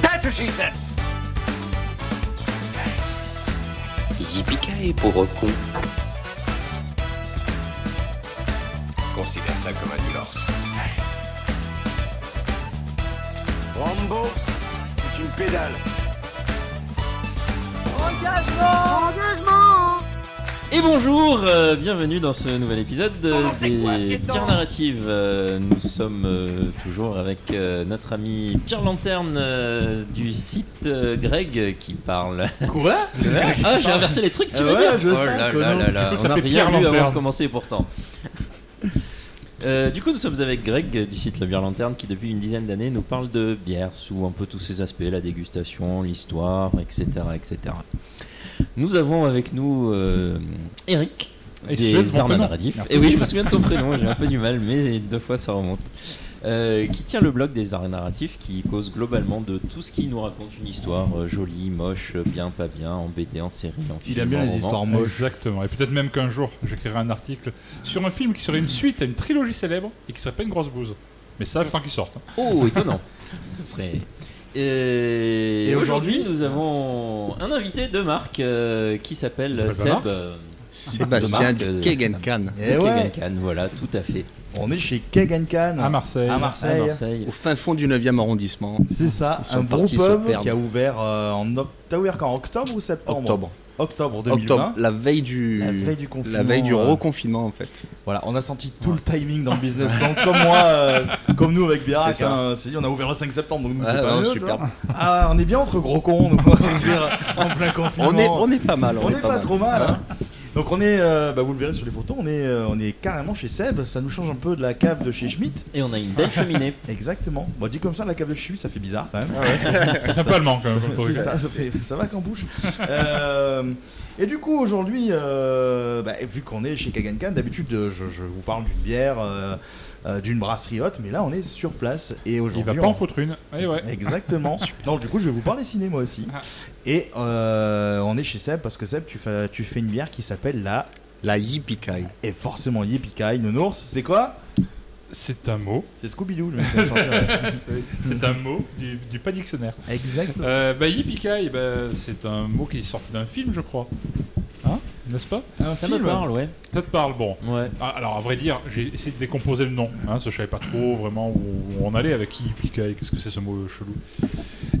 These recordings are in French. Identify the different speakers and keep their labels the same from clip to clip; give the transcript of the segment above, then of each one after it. Speaker 1: That's what she said
Speaker 2: Yippee pauvre con.
Speaker 3: Considère ça comme un divorce.
Speaker 4: Rambo, c'est une pédale.
Speaker 5: Engagement Engagement
Speaker 6: et bonjour, euh, bienvenue dans ce nouvel épisode euh, des Bières Narratives. Euh, nous sommes euh, toujours avec euh, notre ami Pierre Lanterne euh, du site euh, Greg qui parle.
Speaker 7: Quoi
Speaker 6: Ah, j'ai inversé les trucs, tu veux
Speaker 7: ouais,
Speaker 6: dire
Speaker 7: je
Speaker 6: Oh
Speaker 7: sais,
Speaker 6: là là
Speaker 7: Conan.
Speaker 6: là là,
Speaker 7: Je crois que
Speaker 6: on
Speaker 7: ça
Speaker 6: n'a
Speaker 7: fait
Speaker 6: rien
Speaker 7: Pierre
Speaker 6: lu avant
Speaker 7: Lanterne.
Speaker 6: de commencer pourtant. Euh, du coup, nous sommes avec Greg euh, du site La Bière Lanterne qui, depuis une dizaine d'années, nous parle de bière sous un peu tous ses aspects, la dégustation, l'histoire, etc., etc. Nous avons avec nous euh, Eric
Speaker 7: Et je souhaite
Speaker 6: des Armes
Speaker 7: mon
Speaker 6: à
Speaker 7: prénom.
Speaker 6: Narratif.
Speaker 7: Merci.
Speaker 6: Et oui, je me souviens de ton prénom, j'ai un peu du mal, mais deux fois ça remonte. Euh, qui tient le blog des arts narratifs qui cause globalement de tout ce qui nous raconte une histoire euh, jolie, moche, bien, pas bien, en BD, en série, en film.
Speaker 7: Il aime bien
Speaker 6: en
Speaker 7: les
Speaker 6: roman.
Speaker 7: histoires moches. Exactement. Et peut-être même qu'un jour, j'écrirai un article sur un film qui serait une suite à une trilogie célèbre et qui serait pas une grosse bouse. Mais ça, j'attends qu'il hein. sorte.
Speaker 6: Oh, étonnant. Ce serait. Et,
Speaker 7: Et
Speaker 6: aujourd'hui, nous avons un invité de marque euh, qui s'appelle
Speaker 7: Il s'appelle
Speaker 6: Seb.
Speaker 7: pas Marc
Speaker 6: euh,
Speaker 8: Sébastien
Speaker 6: de marque,
Speaker 8: du
Speaker 6: euh,
Speaker 8: Kegenkan.
Speaker 6: Du
Speaker 8: Eh ouais.
Speaker 6: Kegenkan, voilà, tout à fait.
Speaker 8: On est chez Kagankan.
Speaker 7: Ah. À Marseille.
Speaker 8: À Marseille.
Speaker 6: À Marseille.
Speaker 8: Au fin fond du 9e arrondissement.
Speaker 9: C'est ça,
Speaker 8: Ils sont
Speaker 9: un bon
Speaker 8: partis se
Speaker 9: pub
Speaker 8: perdre.
Speaker 9: qui a ouvert euh, en oct- t'as ouvert quand octobre ou septembre
Speaker 8: Octobre.
Speaker 9: Octobre 2020.
Speaker 8: Octobre, la veille du,
Speaker 9: La veille du confinement,
Speaker 8: la veille du
Speaker 9: euh,
Speaker 8: reconfinement en fait.
Speaker 9: Voilà, on a senti tout le timing dans le business plan, comme moi, euh, comme nous avec Biarac.
Speaker 8: C'est ça.
Speaker 9: hein, c'est dit, on a ouvert le 5 septembre, donc nous,
Speaker 8: Ouais,
Speaker 9: c'est pas
Speaker 8: non,
Speaker 9: mieux, tu
Speaker 8: superbe.
Speaker 9: vois. Ah, on est bien entre gros cons, donc on va se dire, euh, en plein confinement.
Speaker 8: On est- on est pas mal, on
Speaker 9: On
Speaker 8: est
Speaker 9: n'est
Speaker 8: pas
Speaker 9: pas,
Speaker 8: mal.
Speaker 9: trop mal.
Speaker 8: Voilà.
Speaker 9: hein. Donc on est, euh, bah, vous le verrez sur les photos, on est, euh, on est carrément chez Seb. Ça nous change un peu de la cave de chez Schmitt.
Speaker 6: Et on a une belle cheminée.
Speaker 9: Exactement. Bon, dit comme ça, la cave de chez Schmitt, ça fait bizarre quand même.
Speaker 7: Ça fait Ah pas le manque, quand même,
Speaker 9: Ça-
Speaker 7: comme truc.
Speaker 9: c'est ça, ça fait- ça va qu'en bouche. Euh, et du coup, aujourd'hui, euh, bah, vu qu'on est chez Kagankan, d'habitude, euh, je, je vous parle d'une bière, euh, euh, d'une brasserie haute, mais là, on est sur place. Et
Speaker 7: Il va
Speaker 9: aujourd'hui,
Speaker 7: pas en
Speaker 9: on-
Speaker 7: foutre une. Eh ouais. Ah.
Speaker 9: Exactement. non, du coup, je vais vous parler ciné moi aussi. Et euh, on est chez Seb parce que Seb, tu fais, tu fais une bière qui s'appelle la.
Speaker 8: La Yipikai.
Speaker 9: Et forcément, Yipikai, nounours, c'est quoi
Speaker 7: C'est un mot.
Speaker 9: C'est Scooby-Doo, je me suis sorti, ouais.
Speaker 7: c'est un mot du, du pas dictionnaire.
Speaker 9: Exact.
Speaker 7: Euh, bah, Yipikai, bah, c'est un mot qui est sorti d'un film, je crois. Hein N'est-ce pas
Speaker 9: Un
Speaker 6: Ça me film parle, ouais.
Speaker 7: Ça te parle, bon.
Speaker 6: Ouais.
Speaker 7: Ah, alors, à vrai dire, j'ai essayé de décomposer le nom. Hein, parce que je savais pas trop vraiment où on allait avec Yipikai. Qu'est-ce que c'est ce mot chelou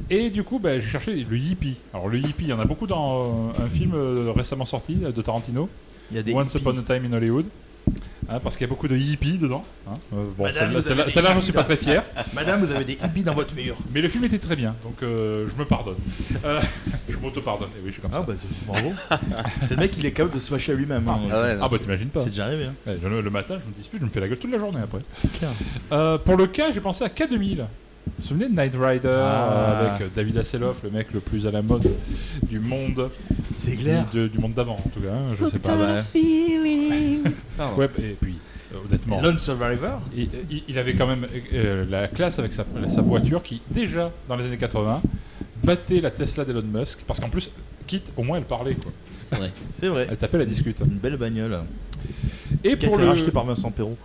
Speaker 7: Et du coup, bah, j'ai cherché le hippie. Alors, le hippie, il y en a beaucoup dans euh, un film euh, récemment sorti euh, de Tarantino.
Speaker 9: Il y a des
Speaker 7: Once
Speaker 9: hippies.
Speaker 7: Upon a Time in Hollywood. Hein, parce qu'il y a beaucoup de hippies dedans. hein. Euh, bon,
Speaker 9: Madame,
Speaker 7: celle-là,
Speaker 9: vous avez
Speaker 7: celle-là-
Speaker 9: des
Speaker 7: celle-là, je
Speaker 9: hippies
Speaker 7: suis pas
Speaker 9: dans-
Speaker 7: très fier.
Speaker 9: Madame, vous avez des hippies dans votre mur.
Speaker 7: Mais le film était très bien, donc euh, je me pardonne. Euh, je m'auto-pardonne. Et oui, je suis comme
Speaker 9: Ah
Speaker 7: ça.
Speaker 9: bah c'est- bravo. c'est le mec il est capable de se fâcher à lui-même. hein.
Speaker 7: Ah, bah t'imagines pas.
Speaker 9: C'est déjà arrivé. hein.
Speaker 7: Ouais, le, le matin, je me dispute, je me fais la gueule toute la journée après. Euh, pour le cas, j'ai pensé à K2000. Vous vous souvenez de Night Rider
Speaker 9: Ah.
Speaker 7: euh, avec David Hasselhoff, le mec le plus à la mode du monde.
Speaker 9: C'est clair. Ah,
Speaker 7: Du, du monde d'avant, en tout cas. hein, je sais pas.
Speaker 9: Octobre
Speaker 6: Pardon.
Speaker 7: Ouais, et puis, euh, honnêtement.
Speaker 9: Lone Survivor
Speaker 7: Il, il- il avait quand même euh, la classe avec sa, sa voiture qui, déjà dans les années 80, battait la Tesla d'Elon Musk. Parce qu'en plus, quitte, au moins elle parlait. Quoi.
Speaker 6: C'est vrai.
Speaker 9: C'est vrai.
Speaker 7: Elle t'appelle, elle discute.
Speaker 9: C'est une belle bagnole.
Speaker 7: Et
Speaker 9: Qui a
Speaker 7: pour
Speaker 9: été
Speaker 7: le.
Speaker 9: rachetée par Vincent Perrault.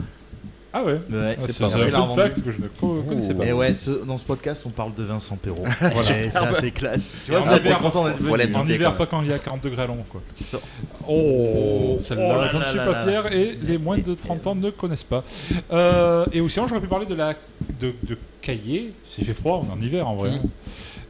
Speaker 7: Ah ouais,
Speaker 9: Ouais,
Speaker 7: Ah,
Speaker 9: c'est
Speaker 7: c'est
Speaker 9: pas
Speaker 7: un
Speaker 9: vrai.
Speaker 7: fun fact que je ne co- connaissais pas.
Speaker 9: Et ouais, ce- dans ce podcast, on parle de Vincent Perrault.
Speaker 7: Voilà.
Speaker 9: C'est c'est assez classe. Tu
Speaker 7: Et
Speaker 9: vois,
Speaker 7: en
Speaker 9: ça
Speaker 7: hiver,
Speaker 9: fait content d'être
Speaker 8: Faut
Speaker 9: venu.
Speaker 8: l'aimer.
Speaker 7: En
Speaker 8: Invité,
Speaker 7: hiver,
Speaker 8: quand
Speaker 7: pas quand il y a 40 degrés à l'ombre, quoi. Oh,
Speaker 9: Oh
Speaker 7: celle-là,
Speaker 9: là
Speaker 7: je ne
Speaker 9: là
Speaker 7: suis
Speaker 9: là
Speaker 7: pas
Speaker 9: là.
Speaker 7: fier et les moins de 30 ans ne connaissent pas. Euh, et aussi, j'aurais pu parler de la de, de Caillé. C'est fait froid, on est en hiver en
Speaker 9: Mmh.
Speaker 7: vrai.
Speaker 6: Mm.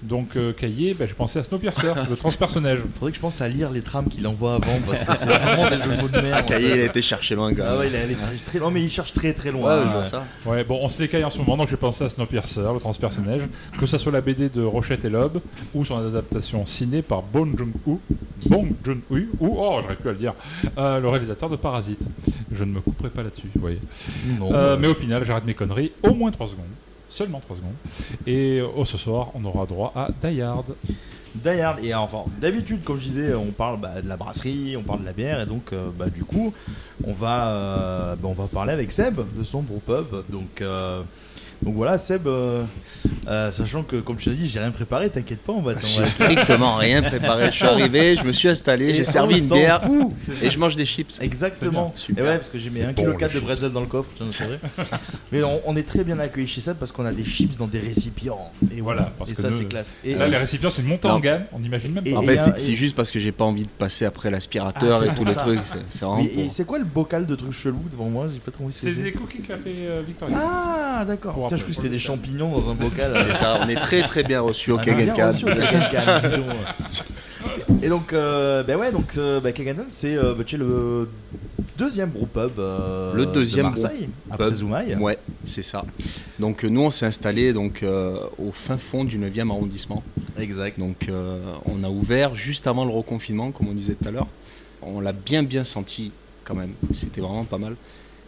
Speaker 7: Donc euh, Caillé, bah, j'ai pensé à Snowpiercer, le transpersonnage.
Speaker 9: Faudrait que je pense à lire les trames qu'il envoie avant parce que c'est vraiment des jeux de mots de merde.
Speaker 8: Ah, Cahier, il a été chercher loin quand même.
Speaker 9: Ah ouais, il est allé très- très loin, mais il cherche très très
Speaker 8: Ouais,
Speaker 9: loin.
Speaker 8: je vois ça.
Speaker 7: Ouais, bon, on se les caille en ce moment, donc j'ai pensé à Snowpiercer, le transpersonnage, que ça soit la BD de Rochette et Loeb, ou son adaptation ciné par Bong Joon-ho, Bong Joon-ho, ou, oh, j'arrive plus à le dire, euh, le réalisateur de Parasite. Je ne me couperai pas là-dessus, vous voyez.
Speaker 9: Non,
Speaker 7: Euh,
Speaker 9: mais-
Speaker 7: mais au final, j'arrête mes conneries au moins 3 secondes. Seulement 3 secondes. Et oh, ce soir, on aura droit à Die Hard.
Speaker 9: Die Hard, et enfin, d'habitude, comme je disais, on parle bah, de la brasserie, on parle de la bière, et donc, euh, bah, du coup, on va, euh, bah, on va parler avec Seb de son brew pub. Donc, euh, donc voilà, Seb, euh, euh, sachant que, comme tu as dit, j'ai rien préparé, t'inquiète pas, on va on
Speaker 8: J'ai
Speaker 9: va-
Speaker 8: strictement rien préparé. Je suis arrivé, je me suis installé,
Speaker 9: Et
Speaker 8: j'ai
Speaker 9: on
Speaker 8: servi une
Speaker 9: s'en
Speaker 8: bière
Speaker 9: fout.
Speaker 8: et je mange des chips.
Speaker 9: Exactement.
Speaker 8: C'est
Speaker 9: Et
Speaker 8: bien.
Speaker 9: ouais, parce que j'ai mis
Speaker 8: C'est
Speaker 9: 1,4
Speaker 8: bon,
Speaker 9: kg de
Speaker 8: le
Speaker 9: bretzel dans le coffre, tu vois, c'est vrai. Mais on, on est très bien accueillis chez Seb parce qu'on a des chips dans des récipients. Et voilà,
Speaker 7: parce
Speaker 9: et
Speaker 7: que
Speaker 9: ça,
Speaker 7: nous-
Speaker 9: c'est classe.
Speaker 7: Et
Speaker 9: Et
Speaker 7: là, les récipients, c'est une montée en
Speaker 8: Non.
Speaker 7: gamme, on n'imagine même pas.
Speaker 8: en fait, c'est- c'est juste parce que j'ai pas envie de passer après l'aspirateur
Speaker 9: Ah, c'est
Speaker 8: et tous
Speaker 9: pour
Speaker 8: les
Speaker 9: ça.
Speaker 8: trucs. C'est c'est vraiment.
Speaker 9: Mais- et
Speaker 8: pour-
Speaker 9: c'est quoi le bocal de trucs chelous devant moi J'ai pas trop envie
Speaker 7: C'est des cookies café euh, Victoria.
Speaker 9: Ah, d'accord.
Speaker 7: Pour
Speaker 9: Tiens, je
Speaker 7: après-
Speaker 9: crois que c'était des champignons dans un bocal.
Speaker 8: C'est ça, on est très, très bien reçus au
Speaker 9: On est bien
Speaker 8: Kagenkan.
Speaker 9: reçus au Kagenkan, dis donc. Et donc, euh, ben ouais, donc euh, bah, Kagenkan, c'est euh, bah, tu sais, le deuxième brew pub euh,
Speaker 8: le deuxième
Speaker 9: de Marseille,
Speaker 8: groupe
Speaker 9: après
Speaker 8: pub.
Speaker 9: Zoumaï.
Speaker 8: Ouais, c'est ça. Donc euh, nous, on s'est installé donc euh, au fin fond du 9e arrondissement.
Speaker 9: Exact.
Speaker 8: Donc euh, on a ouvert juste avant le reconfinement, comme on disait tout à l'heure. On l'a bien bien senti quand même. C'était vraiment pas mal.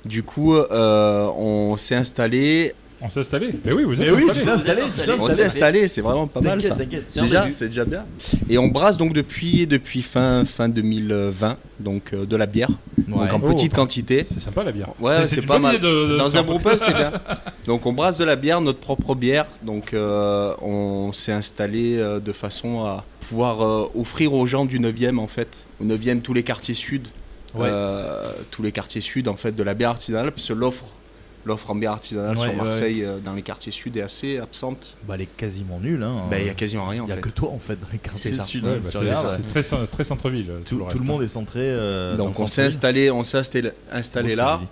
Speaker 8: Du coup, euh, on s'est installé.
Speaker 7: On s'est installé Mais oui, vous
Speaker 9: êtes Mais oui, installé. tu t'es installé, tu t'es
Speaker 8: On
Speaker 9: installé.
Speaker 8: s'est installé, Eh c'est vraiment pas mal
Speaker 9: T'inquiète,
Speaker 8: ça.
Speaker 9: t'inquiète. C'est un
Speaker 8: Déjà,
Speaker 9: début.
Speaker 8: c'est déjà bien. Et on brasse donc depuis, depuis fin, fin 2020, donc euh, de la bière, donc en
Speaker 7: Oh.
Speaker 8: petite quantité.
Speaker 7: C'est sympa la bière.
Speaker 8: Ouais,
Speaker 7: C'est-
Speaker 8: c'est
Speaker 7: c'est une
Speaker 8: pas
Speaker 7: bonne
Speaker 8: mal.
Speaker 7: idée de- de
Speaker 8: Dans
Speaker 7: faire
Speaker 8: un
Speaker 7: un
Speaker 8: groupe
Speaker 7: podcast.
Speaker 8: c'est bien. Donc on brasse de la bière, notre propre bière. Donc euh, on s'est installé euh, de façon à pouvoir euh, offrir aux gens du 9e en fait, au 9e tous les quartiers sud,
Speaker 9: Ouais.
Speaker 8: Euh, tous les quartiers sud en fait de la bière artisanale parce que l'offre l'offre en bière artisanale
Speaker 9: Ouais,
Speaker 8: sur
Speaker 9: ouais.
Speaker 8: Marseille euh, dans les quartiers sud est assez absente.
Speaker 9: Bah, elle est quasiment nulle. Hein.
Speaker 8: Bah, il y a quasiment rien, en
Speaker 9: Il y a
Speaker 8: fait.
Speaker 9: que toi, en fait, dans les quartiers
Speaker 8: C'est ça.
Speaker 9: sud.
Speaker 8: Ouais,
Speaker 9: hein,
Speaker 8: bah,
Speaker 9: si tu
Speaker 8: c'est ça,
Speaker 9: regardes.
Speaker 8: c'est
Speaker 7: Très, cent- très centre-ville. euh,
Speaker 9: Tout,
Speaker 7: le
Speaker 9: tout le
Speaker 7: reste.
Speaker 9: monde est centré. euh, dans
Speaker 8: Donc
Speaker 9: le
Speaker 8: on s'est
Speaker 9: centre-ville.
Speaker 8: installé, on s'est installé, installé
Speaker 9: Grosse
Speaker 8: là.
Speaker 9: famille.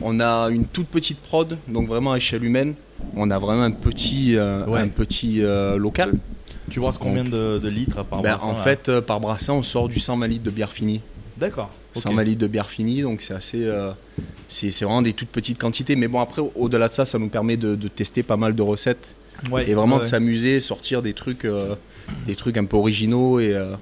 Speaker 8: On a une toute petite prod, donc vraiment à échelle humaine. On a vraiment un petit, euh,
Speaker 9: Ouais.
Speaker 8: un petit euh, local.
Speaker 9: Tu brasses combien
Speaker 8: Donc,
Speaker 9: de, de litres par
Speaker 8: ben,
Speaker 9: brassin,
Speaker 8: En
Speaker 9: là
Speaker 8: fait, euh, par brassin, on sort du 120 litres de bière finie.
Speaker 9: D'accord. ok.
Speaker 8: 120 litres de bière finie, donc c'est assez. euh, c'est c'est vraiment des toutes petites quantités. Mais bon, après, au- au-delà de ça, ça nous permet de, de tester pas mal de recettes.
Speaker 9: Ouais,
Speaker 8: et vraiment
Speaker 9: ouais,
Speaker 8: de
Speaker 9: ouais.
Speaker 8: s'amuser, sortir des trucs, euh, des trucs un peu originaux. Et, euh,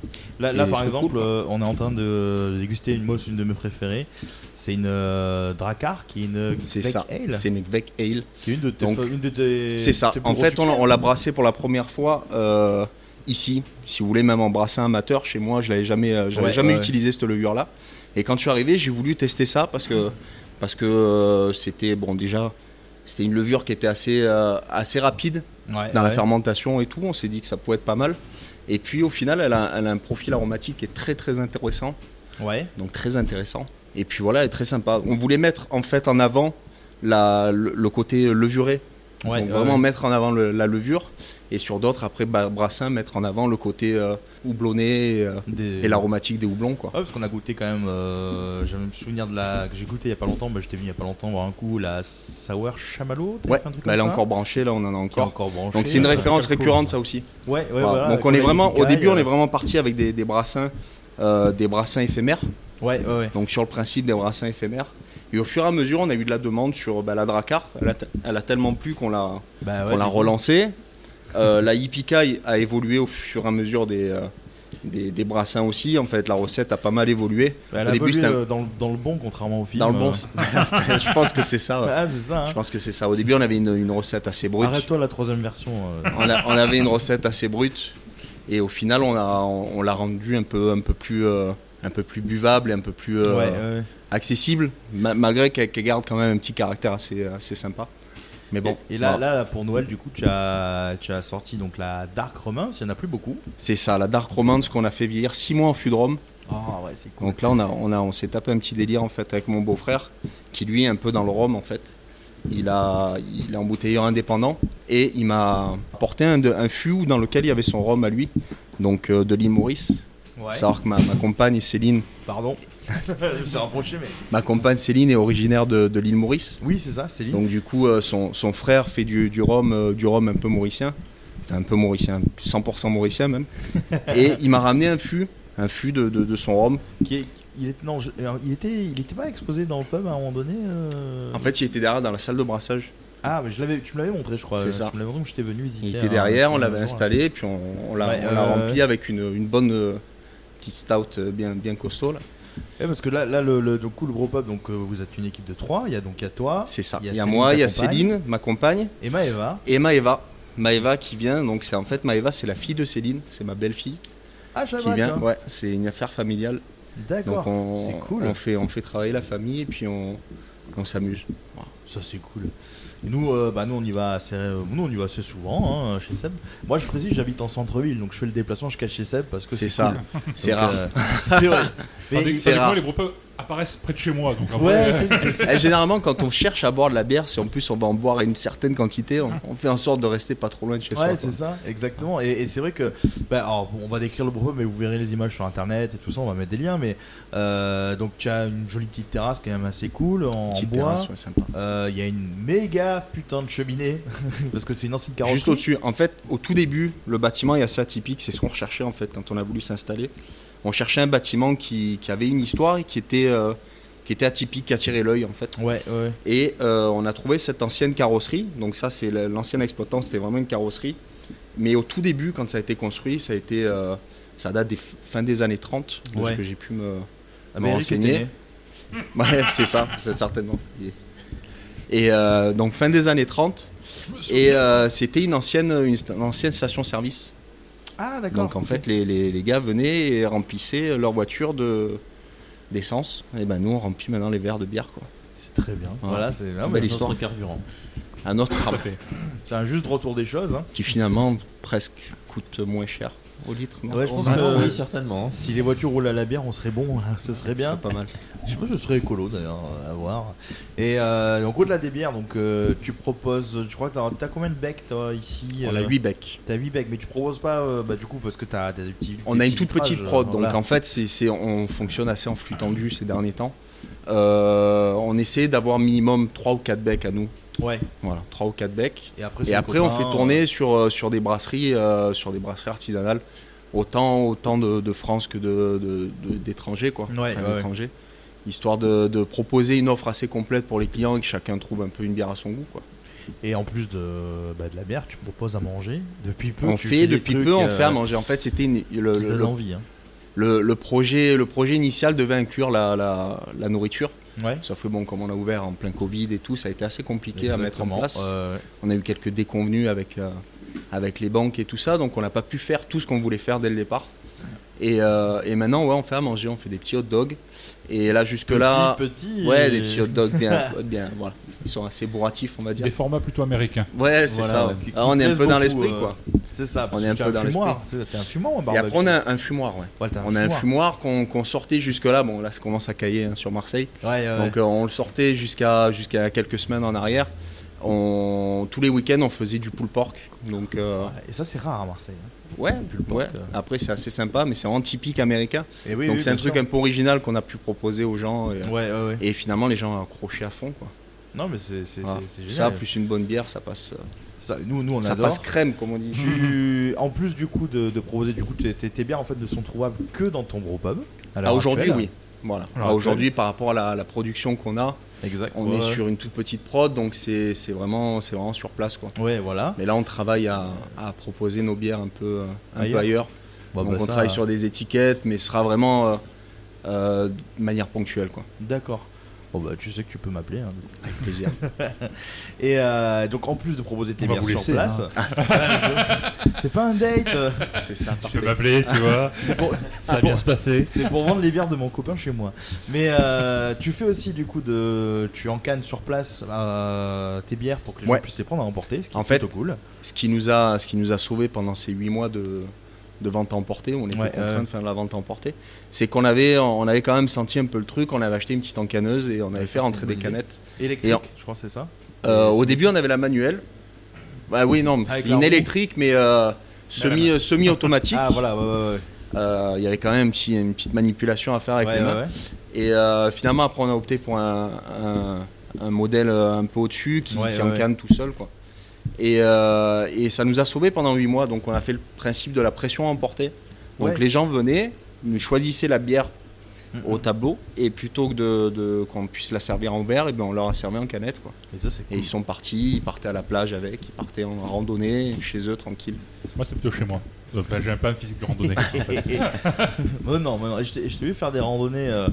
Speaker 9: Là,
Speaker 8: et
Speaker 9: là, par
Speaker 8: des trucs
Speaker 9: exemple,
Speaker 8: cool, quoi.
Speaker 9: euh, on est en train de déguster une mousse, une de mes préférées. C'est une euh, Drakkar qui est une
Speaker 8: C'est
Speaker 9: Black
Speaker 8: ça.
Speaker 9: Ale.
Speaker 8: C'est une Vec Ale.
Speaker 9: Qui est une de tes.
Speaker 8: Donc,
Speaker 9: fa- une de tes-
Speaker 8: C'est ça.
Speaker 9: tes plus
Speaker 8: En
Speaker 9: gros
Speaker 8: fait, on, l'a-
Speaker 9: succès.
Speaker 8: on l'a brassé pour la première fois euh, ici. Si vous voulez, même en brassin amateur, chez moi, je l'avais jamais, euh, je l'avais
Speaker 9: Ouais,
Speaker 8: jamais
Speaker 9: ouais.
Speaker 8: utilisé cette levure là. Et quand je suis arrivé, j'ai voulu tester ça parce que parce que euh, c'était bon déjà. C'était une levure qui était assez euh, assez rapide
Speaker 9: Ouais,
Speaker 8: dans la
Speaker 9: ouais.
Speaker 8: fermentation et tout. On s'est dit que ça pouvait être pas mal. Et puis au final, elle a, elle a un profil aromatique qui est très très intéressant.
Speaker 9: Ouais.
Speaker 8: Donc très intéressant. Et puis voilà, elle est très sympa. On voulait mettre en fait en avant la, le, le côté levuré.
Speaker 9: Ouais,
Speaker 8: Donc
Speaker 9: ouais,
Speaker 8: vraiment
Speaker 9: ouais.
Speaker 8: mettre en avant le- la levure. Et sur d'autres, après Ba- Brassin, mettre en avant le côté euh, houblonné et, euh, et l'aromatique des houblons. Quoi.
Speaker 9: Ouais, parce qu'on a goûté quand même. Euh, je me souvenir de la. que j'ai goûté il y a pas longtemps, bah, je t'ai vu il y a pas longtemps voir un coup, la Sour Chamallow. t'as
Speaker 8: Ouais,
Speaker 9: fait un truc
Speaker 8: bah, elle est
Speaker 9: comme ça
Speaker 8: encore branchée, là on en a
Speaker 9: Qui est
Speaker 8: encore.
Speaker 9: encore branchée,
Speaker 8: Donc c'est une
Speaker 9: ouais.
Speaker 8: référence
Speaker 9: Cool.
Speaker 8: récurrente ça aussi.
Speaker 9: Ouais, ouais,
Speaker 8: Voilà.
Speaker 9: voilà,
Speaker 8: Donc on
Speaker 9: comme
Speaker 8: est
Speaker 9: la
Speaker 8: vraiment, au
Speaker 9: Ikigai,
Speaker 8: début on
Speaker 9: euh.
Speaker 8: est vraiment parti avec des, des brassins, euh, des brassins éphémères.
Speaker 9: Ouais, ouais, ouais.
Speaker 8: Donc sur le principe des brassins éphémères. Et au fur et à mesure on a eu de la demande sur bah, la Dracar. Elle a, te- elle a tellement plu qu'on l'a
Speaker 9: Bah ouais,
Speaker 8: qu'on l'a
Speaker 9: du coup.
Speaker 8: relancée. Euh, la Yipikai a évolué au fur et à mesure des, euh, des, des brassins aussi. En fait la recette a pas mal évolué.
Speaker 9: Bah, elle
Speaker 8: au
Speaker 9: a
Speaker 8: début
Speaker 9: évolué,
Speaker 8: c'était un-
Speaker 9: euh, dans, le- dans le bon, contrairement au film.
Speaker 8: dans le
Speaker 9: euh.
Speaker 8: bon s- je pense que c'est ça. ouais.
Speaker 9: Ah, c'est ça, hein.
Speaker 8: Je pense que c'est ça. Au début, on avait une, une recette assez brute.
Speaker 9: Arrête-toi la troisième version. euh.
Speaker 8: On, a- on avait une recette assez brute. Et au final, on a- on on l'a rendue un peu, un peu plus, euh, un peu plus buvable et un peu plus euh,
Speaker 9: Ouais, ouais.
Speaker 8: accessible, ma- malgré qu'elle qu'elle garde quand même un petit caractère assez, euh, assez sympa. Mais bon.
Speaker 9: Et là,
Speaker 8: voilà.
Speaker 9: là, là, pour Noël, du coup, tu as, tu as sorti donc la Dark Romance, il n'y en a plus beaucoup.
Speaker 8: c'est ça, la Dark Romance qu'on a fait vieillir 6 mois en fût de rhum.
Speaker 9: Ah ouais, c'est cool.
Speaker 8: Donc là, on, a, on, a, on s'est tapé un petit délire en fait avec mon beau-frère, qui lui est un peu dans le rhum en fait. Il, a, il est embouteilleur indépendant et il m'a apporté un, de- un fût dans lequel il y avait son rhum à lui, donc euh, de l'île Maurice.
Speaker 9: Ouais.
Speaker 8: Faut savoir que ma, ma compagne Céline,
Speaker 9: Pardon, je me suis rapproché, mais.
Speaker 8: ma compagne Céline est originaire de, de l'île Maurice.
Speaker 9: Oui, c'est ça, Céline.
Speaker 8: Donc du coup, euh, son, son frère fait du, du rhum, euh, du rhum un peu mauricien, Enfin, un peu mauricien, 100% mauricien même. et il m'a ramené un fût, un fût de, de- de son rhum
Speaker 9: Qui est- il, est, non, je- alors, il, était, il était pas exposé dans le pub à un moment donné euh
Speaker 8: En fait, il était derrière dans la salle de brassage.
Speaker 9: Ah, mais je l'avais, tu me l'avais montré, je crois.
Speaker 8: C'est
Speaker 9: euh,
Speaker 8: ça.
Speaker 9: Tu me l'avais montré quand j'étais venu visiter.
Speaker 8: Il
Speaker 9: hein,
Speaker 8: était derrière, on
Speaker 9: un
Speaker 8: l'avait
Speaker 9: jour, là.
Speaker 8: installé, puis on, on l'a
Speaker 9: Ouais,
Speaker 8: on l'a
Speaker 9: euh,
Speaker 8: rempli
Speaker 9: ouais.
Speaker 8: avec une, une bonne euh, petite stout euh, bien, bien costaud. Là.
Speaker 9: Ouais, Eh, parce que là, là le, le, donc, le Bro Pub, donc, euh, vous êtes une équipe de trois. Il y a donc à toi.
Speaker 8: C'est ça. Il y a, il y a moi, il y a Céline, ma compagne.
Speaker 9: Et Maëva.
Speaker 8: Et Maëva. Maëva qui vient. Donc, c'est en fait, Maëva, c'est la fille de Céline. C'est ma belle-fille.
Speaker 9: Ah,
Speaker 8: qui vient. Tiens. Ouais, c'est une affaire familiale.
Speaker 9: D'accord.
Speaker 8: C'est cool. On fait, on fait travailler la famille et puis on, on s'amuse.
Speaker 9: Ça, c'est cool. Et nous, euh, bah, nous, on y va assez, euh, nous, on y va assez souvent hein, chez Seb. Moi, je précise, j'habite en centre-ville, donc je fais le déplacement jusqu'à chez Seb parce que
Speaker 8: c'est ça.
Speaker 9: Cool.
Speaker 8: C'est rare.
Speaker 9: Euh,
Speaker 7: c'est vrai. Mais c'est rare. Moi, les groupes apparaissent près de chez moi. Donc après,
Speaker 9: ouais, c est, c
Speaker 8: est... Généralement, quand on cherche à boire de la bière, si en plus on va en boire une certaine quantité, on, on fait en sorte de rester pas trop loin de chez soi.
Speaker 9: Ouais, c'est ça, exactement. Et, et c'est vrai que, bah, alors, on va décrire le groupe, mais vous verrez les images sur internet et tout ça, on va mettre des liens. Mais euh, donc, tu as une jolie petite terrasse quand même assez cool en
Speaker 8: petite
Speaker 9: bois.
Speaker 8: Terrasse, ouais, sympa.
Speaker 9: Il euh, y a une méga putain de cheminée parce que c'est une ancienne carrosserie.
Speaker 8: Juste au-dessus. En fait, au tout début, le bâtiment est assez atypique. C'est ce qu'on recherchait en fait quand on a voulu s'installer on cherchait un bâtiment qui, qui, avait une histoire et qui était, euh, qui était atypique, qui attirait l'œil en fait.
Speaker 9: Ouais,
Speaker 6: Ah,
Speaker 9: ouais.
Speaker 8: Et euh, on a trouvé cette ancienne carrosserie. Donc ça, c'est l'ancienne exploitant, c'était vraiment une carrosserie. Mais au tout début, quand ça a été construit, ça a été, euh, ça date des fins des années 30, de
Speaker 9: ouais.
Speaker 8: ce que j'ai pu me, me renseigner. Ouais, c'est ça, c'est certainement. Et euh, donc fin des années 30. Et euh, c'était une ancienne, une, une ancienne station-service.
Speaker 9: Ah, d'accord.
Speaker 8: Donc en fait, les, les, les, gars venaient et remplissaient leur voiture de d'essence. Et ben nous, on remplit maintenant les verres de bière, quoi.
Speaker 9: C'est très bien. Voilà, voilà c'est
Speaker 6: une belle histoire. Notre carburant.
Speaker 8: Un autre travail.
Speaker 9: C'est un juste retour des choses. Hein.
Speaker 8: Qui finalement presque coûte moins cher au litre.
Speaker 9: Ouais, je pense
Speaker 6: ah,
Speaker 9: que
Speaker 6: oui, certainement.
Speaker 9: Si les voitures roulent à la bière, on serait bon. hein. Ce serait
Speaker 8: Ce
Speaker 9: bien.
Speaker 8: serait pas mal.
Speaker 9: Je sais pas, ce serait écolo d'ailleurs à voir. Et euh, donc au-delà des bières, donc euh, tu proposes, je crois que t'as as combien de becs toi ici
Speaker 8: On euh, a 8 becs.
Speaker 9: T'as 8 becs, mais tu proposes pas bah, du coup parce que t'as as des petits.
Speaker 8: On
Speaker 9: des
Speaker 8: a
Speaker 9: petits
Speaker 8: une toute
Speaker 9: vitrages,
Speaker 8: petite prod, donc hein.
Speaker 9: voilà.
Speaker 8: en fait c'est on fonctionne assez en flux tendu ces derniers temps. Euh, on essaie d'avoir minimum 3 ou 4 becs à nous.
Speaker 9: Ouais.
Speaker 8: Voilà, 3 ou 4 becs.
Speaker 9: Et après,
Speaker 8: et après
Speaker 9: copain, euh,
Speaker 8: on fait tourner sur, sur, des brasseries, euh, sur des brasseries artisanales, autant, autant de, de France que d'étrangers, de, de, quoi.
Speaker 9: Ouais,
Speaker 8: Enfin,
Speaker 9: ouais,
Speaker 8: d'étrangers. Histoire de, proposer une offre assez complète pour les clients et que chacun trouve un peu une bière à son goût, quoi.
Speaker 9: Et en plus de, bah, de la bière, tu proposes à manger depuis peu.
Speaker 8: On fait,
Speaker 9: tu fais des
Speaker 8: depuis
Speaker 9: trucs,
Speaker 8: peu, on
Speaker 9: euh,
Speaker 8: fait à manger. En fait, c'était une- le,
Speaker 9: qui
Speaker 8: le-
Speaker 9: donne envie, hein.
Speaker 8: le- le projet, le projet initial devait inclure la, la- la nourriture.
Speaker 9: Ouais.
Speaker 8: Sauf que bon, comme on a ouvert en plein Covid et tout, ça a été assez compliqué à mettre en
Speaker 9: Exactement,
Speaker 8: place.
Speaker 9: ouais, ouais.
Speaker 8: On a eu quelques déconvenus avec, euh, avec les banques et tout ça, donc on n'a pas pu faire tout ce qu'on voulait faire dès le départ. Et, euh, et maintenant, ouais, on fait à manger, on fait des petits hot dogs. Et là, jusque-là.
Speaker 9: Petits, petits.
Speaker 8: Ouais, des petits hot dogs bien. bien voilà. Ils sont assez bourratifs, on va dire.
Speaker 7: Des formats plutôt américains.
Speaker 8: Ouais, c'est
Speaker 9: Voilà,
Speaker 8: ça.
Speaker 9: ouais.
Speaker 8: ouais.
Speaker 9: Qui- qui
Speaker 8: Ah, on est un
Speaker 9: plaisent
Speaker 8: peu dans
Speaker 9: beaucoup,
Speaker 8: l'esprit,
Speaker 9: euh,
Speaker 8: quoi.
Speaker 9: C'est ça, parce
Speaker 8: On est
Speaker 9: que
Speaker 8: un
Speaker 9: tu as
Speaker 8: peu dans l'esprit.
Speaker 9: fumoir, tu sais, t'es un fumoir en
Speaker 8: Et
Speaker 9: barbecue.
Speaker 8: après, on a un fumoir, ouais.
Speaker 9: Ouais, t'as un
Speaker 8: on a un
Speaker 9: fumoir.
Speaker 8: fumoir qu'on qu'on sortait jusque-là. Bon, là, ça commence à cailler hein, sur Marseille.
Speaker 9: Ouais, ouais,
Speaker 8: Donc,
Speaker 9: ouais.
Speaker 8: euh, on le sortait jusqu'à jusqu'à quelques semaines en arrière. On... Tous les week-ends, on faisait du pull pork. Donc, euh,
Speaker 9: Et ça, c'est rare à Marseille. hein.
Speaker 8: ouais,
Speaker 9: pork,
Speaker 8: ouais.
Speaker 9: euh.
Speaker 8: Après, c'est assez sympa, mais c'est vraiment typique américain.
Speaker 9: Et oui,
Speaker 8: Donc,
Speaker 9: oui,
Speaker 8: c'est un
Speaker 9: bien
Speaker 8: truc
Speaker 9: sûr.
Speaker 8: un peu original qu'on a pu proposer aux gens. Et,
Speaker 9: Ouais, ouais, ouais.
Speaker 8: et finalement, les gens ont accroché à fond, quoi.
Speaker 9: Non, mais c'est c'est-
Speaker 8: Voilà.
Speaker 9: c'est- c'est génial.
Speaker 8: Ah. Ça, plus une bonne bière, ça passe. euh,
Speaker 9: Ça, nous, nous, on Mmh.
Speaker 8: ça
Speaker 9: adore.
Speaker 8: passe crème, comme on dit.
Speaker 9: Tu- en plus du coup de, de proposer, du coup, tes- tes tes bières en fait ne sont trouvables que dans ton gros pub.
Speaker 8: À Ah, aujourd'hui, oui. Voilà.
Speaker 9: Alors,
Speaker 8: À aujourd'hui,
Speaker 9: actuel.
Speaker 8: par rapport à la, la production qu'on a,
Speaker 9: Exact.
Speaker 8: on
Speaker 9: ouais,
Speaker 8: est
Speaker 9: ouais.
Speaker 8: sur une toute petite prod, donc c'est c'est vraiment, c'est vraiment sur place. Quoi.
Speaker 9: Ouais, voilà.
Speaker 8: Mais là, on travaille à, à proposer nos bières un peu, euh, un peu
Speaker 9: Ailleurs.
Speaker 8: ailleurs.
Speaker 9: Bon,
Speaker 8: donc
Speaker 9: bah,
Speaker 8: on
Speaker 9: ça-
Speaker 8: travaille sur des étiquettes, mais ce sera vraiment euh, euh, de manière ponctuelle. Quoi.
Speaker 9: D'accord. Bon bah tu sais que tu peux m'appeler. hein.
Speaker 8: Avec plaisir.
Speaker 9: Et euh, donc en plus de proposer tes
Speaker 7: On va
Speaker 9: bières
Speaker 7: vous laisser,
Speaker 9: sur
Speaker 7: hein.
Speaker 9: place, c'est pas un date.
Speaker 8: c'est ça.
Speaker 7: Tu peux m'appeler, tu vois.
Speaker 9: C'est pour-
Speaker 7: Ça va
Speaker 9: c'est pour-
Speaker 7: bien se passer.
Speaker 9: C'est pour vendre les bières de mon copain chez moi. Mais euh, tu fais aussi du coup de, tu encannes sur place euh, tes bières pour que les gens
Speaker 8: Ouais.
Speaker 9: puissent les prendre à emporter, ce qui
Speaker 8: En
Speaker 9: est
Speaker 8: fait,
Speaker 9: plutôt cool.
Speaker 8: Ce qui nous a, ce qui nous a sauvé pendant ces huit mois de, de vente emportée, on était
Speaker 9: Ouais,
Speaker 8: contraints
Speaker 9: ouais.
Speaker 8: de faire de la vente emportée, c'est qu'on avait, on avait quand même senti un peu le truc. On avait acheté une petite encaneuse et on avait fait
Speaker 9: Ça, c'est
Speaker 8: rentrer
Speaker 9: une
Speaker 8: des
Speaker 9: bonne idée.
Speaker 8: canettes.
Speaker 9: Électrique,
Speaker 8: Et en-
Speaker 9: je crois que c'est ça.
Speaker 8: Euh,
Speaker 9: Et
Speaker 8: au
Speaker 9: c'est-
Speaker 8: début, on avait la manuelle. Bah oui, non,
Speaker 9: Avec
Speaker 8: c'est une
Speaker 9: la roue.
Speaker 8: électrique, mais euh, semi,
Speaker 9: main.
Speaker 8: euh, semi-automatique.
Speaker 9: Ah voilà, ouais, ouais, ouais.
Speaker 8: Euh, Il y avait quand même un petit- une petite manipulation à faire avec
Speaker 9: Ouais,
Speaker 8: les
Speaker 9: ouais,
Speaker 8: mains.
Speaker 9: ouais.
Speaker 8: Et euh, finalement, après, on a opté pour un, un- un modèle euh, un peu au-dessus qui,
Speaker 9: Ouais,
Speaker 8: qui
Speaker 9: ouais, ouais.
Speaker 8: encane tout seul. Quoi. Et, euh, et ça nous a sauvés pendant 8 mois. Donc, on a fait le principe de la pression à emporter. Donc,
Speaker 9: Ouais.
Speaker 8: les gens venaient, ils choisissaient la bière au tableau. Et plutôt que de, de- qu'on puisse la servir en verre, et ben on leur a servi en canette. Quoi.
Speaker 9: Et, ça, c'est
Speaker 8: et ils sont partis, ils partaient à la plage avec, ils partaient en randonnée chez eux tranquille.
Speaker 7: Moi, c'est plutôt chez moi. Euh, Enfin, j'ai un pas un physique de randonnée. en fait.
Speaker 9: Mais non, mais non, je t'ai je t'ai vu faire des randonnées euh,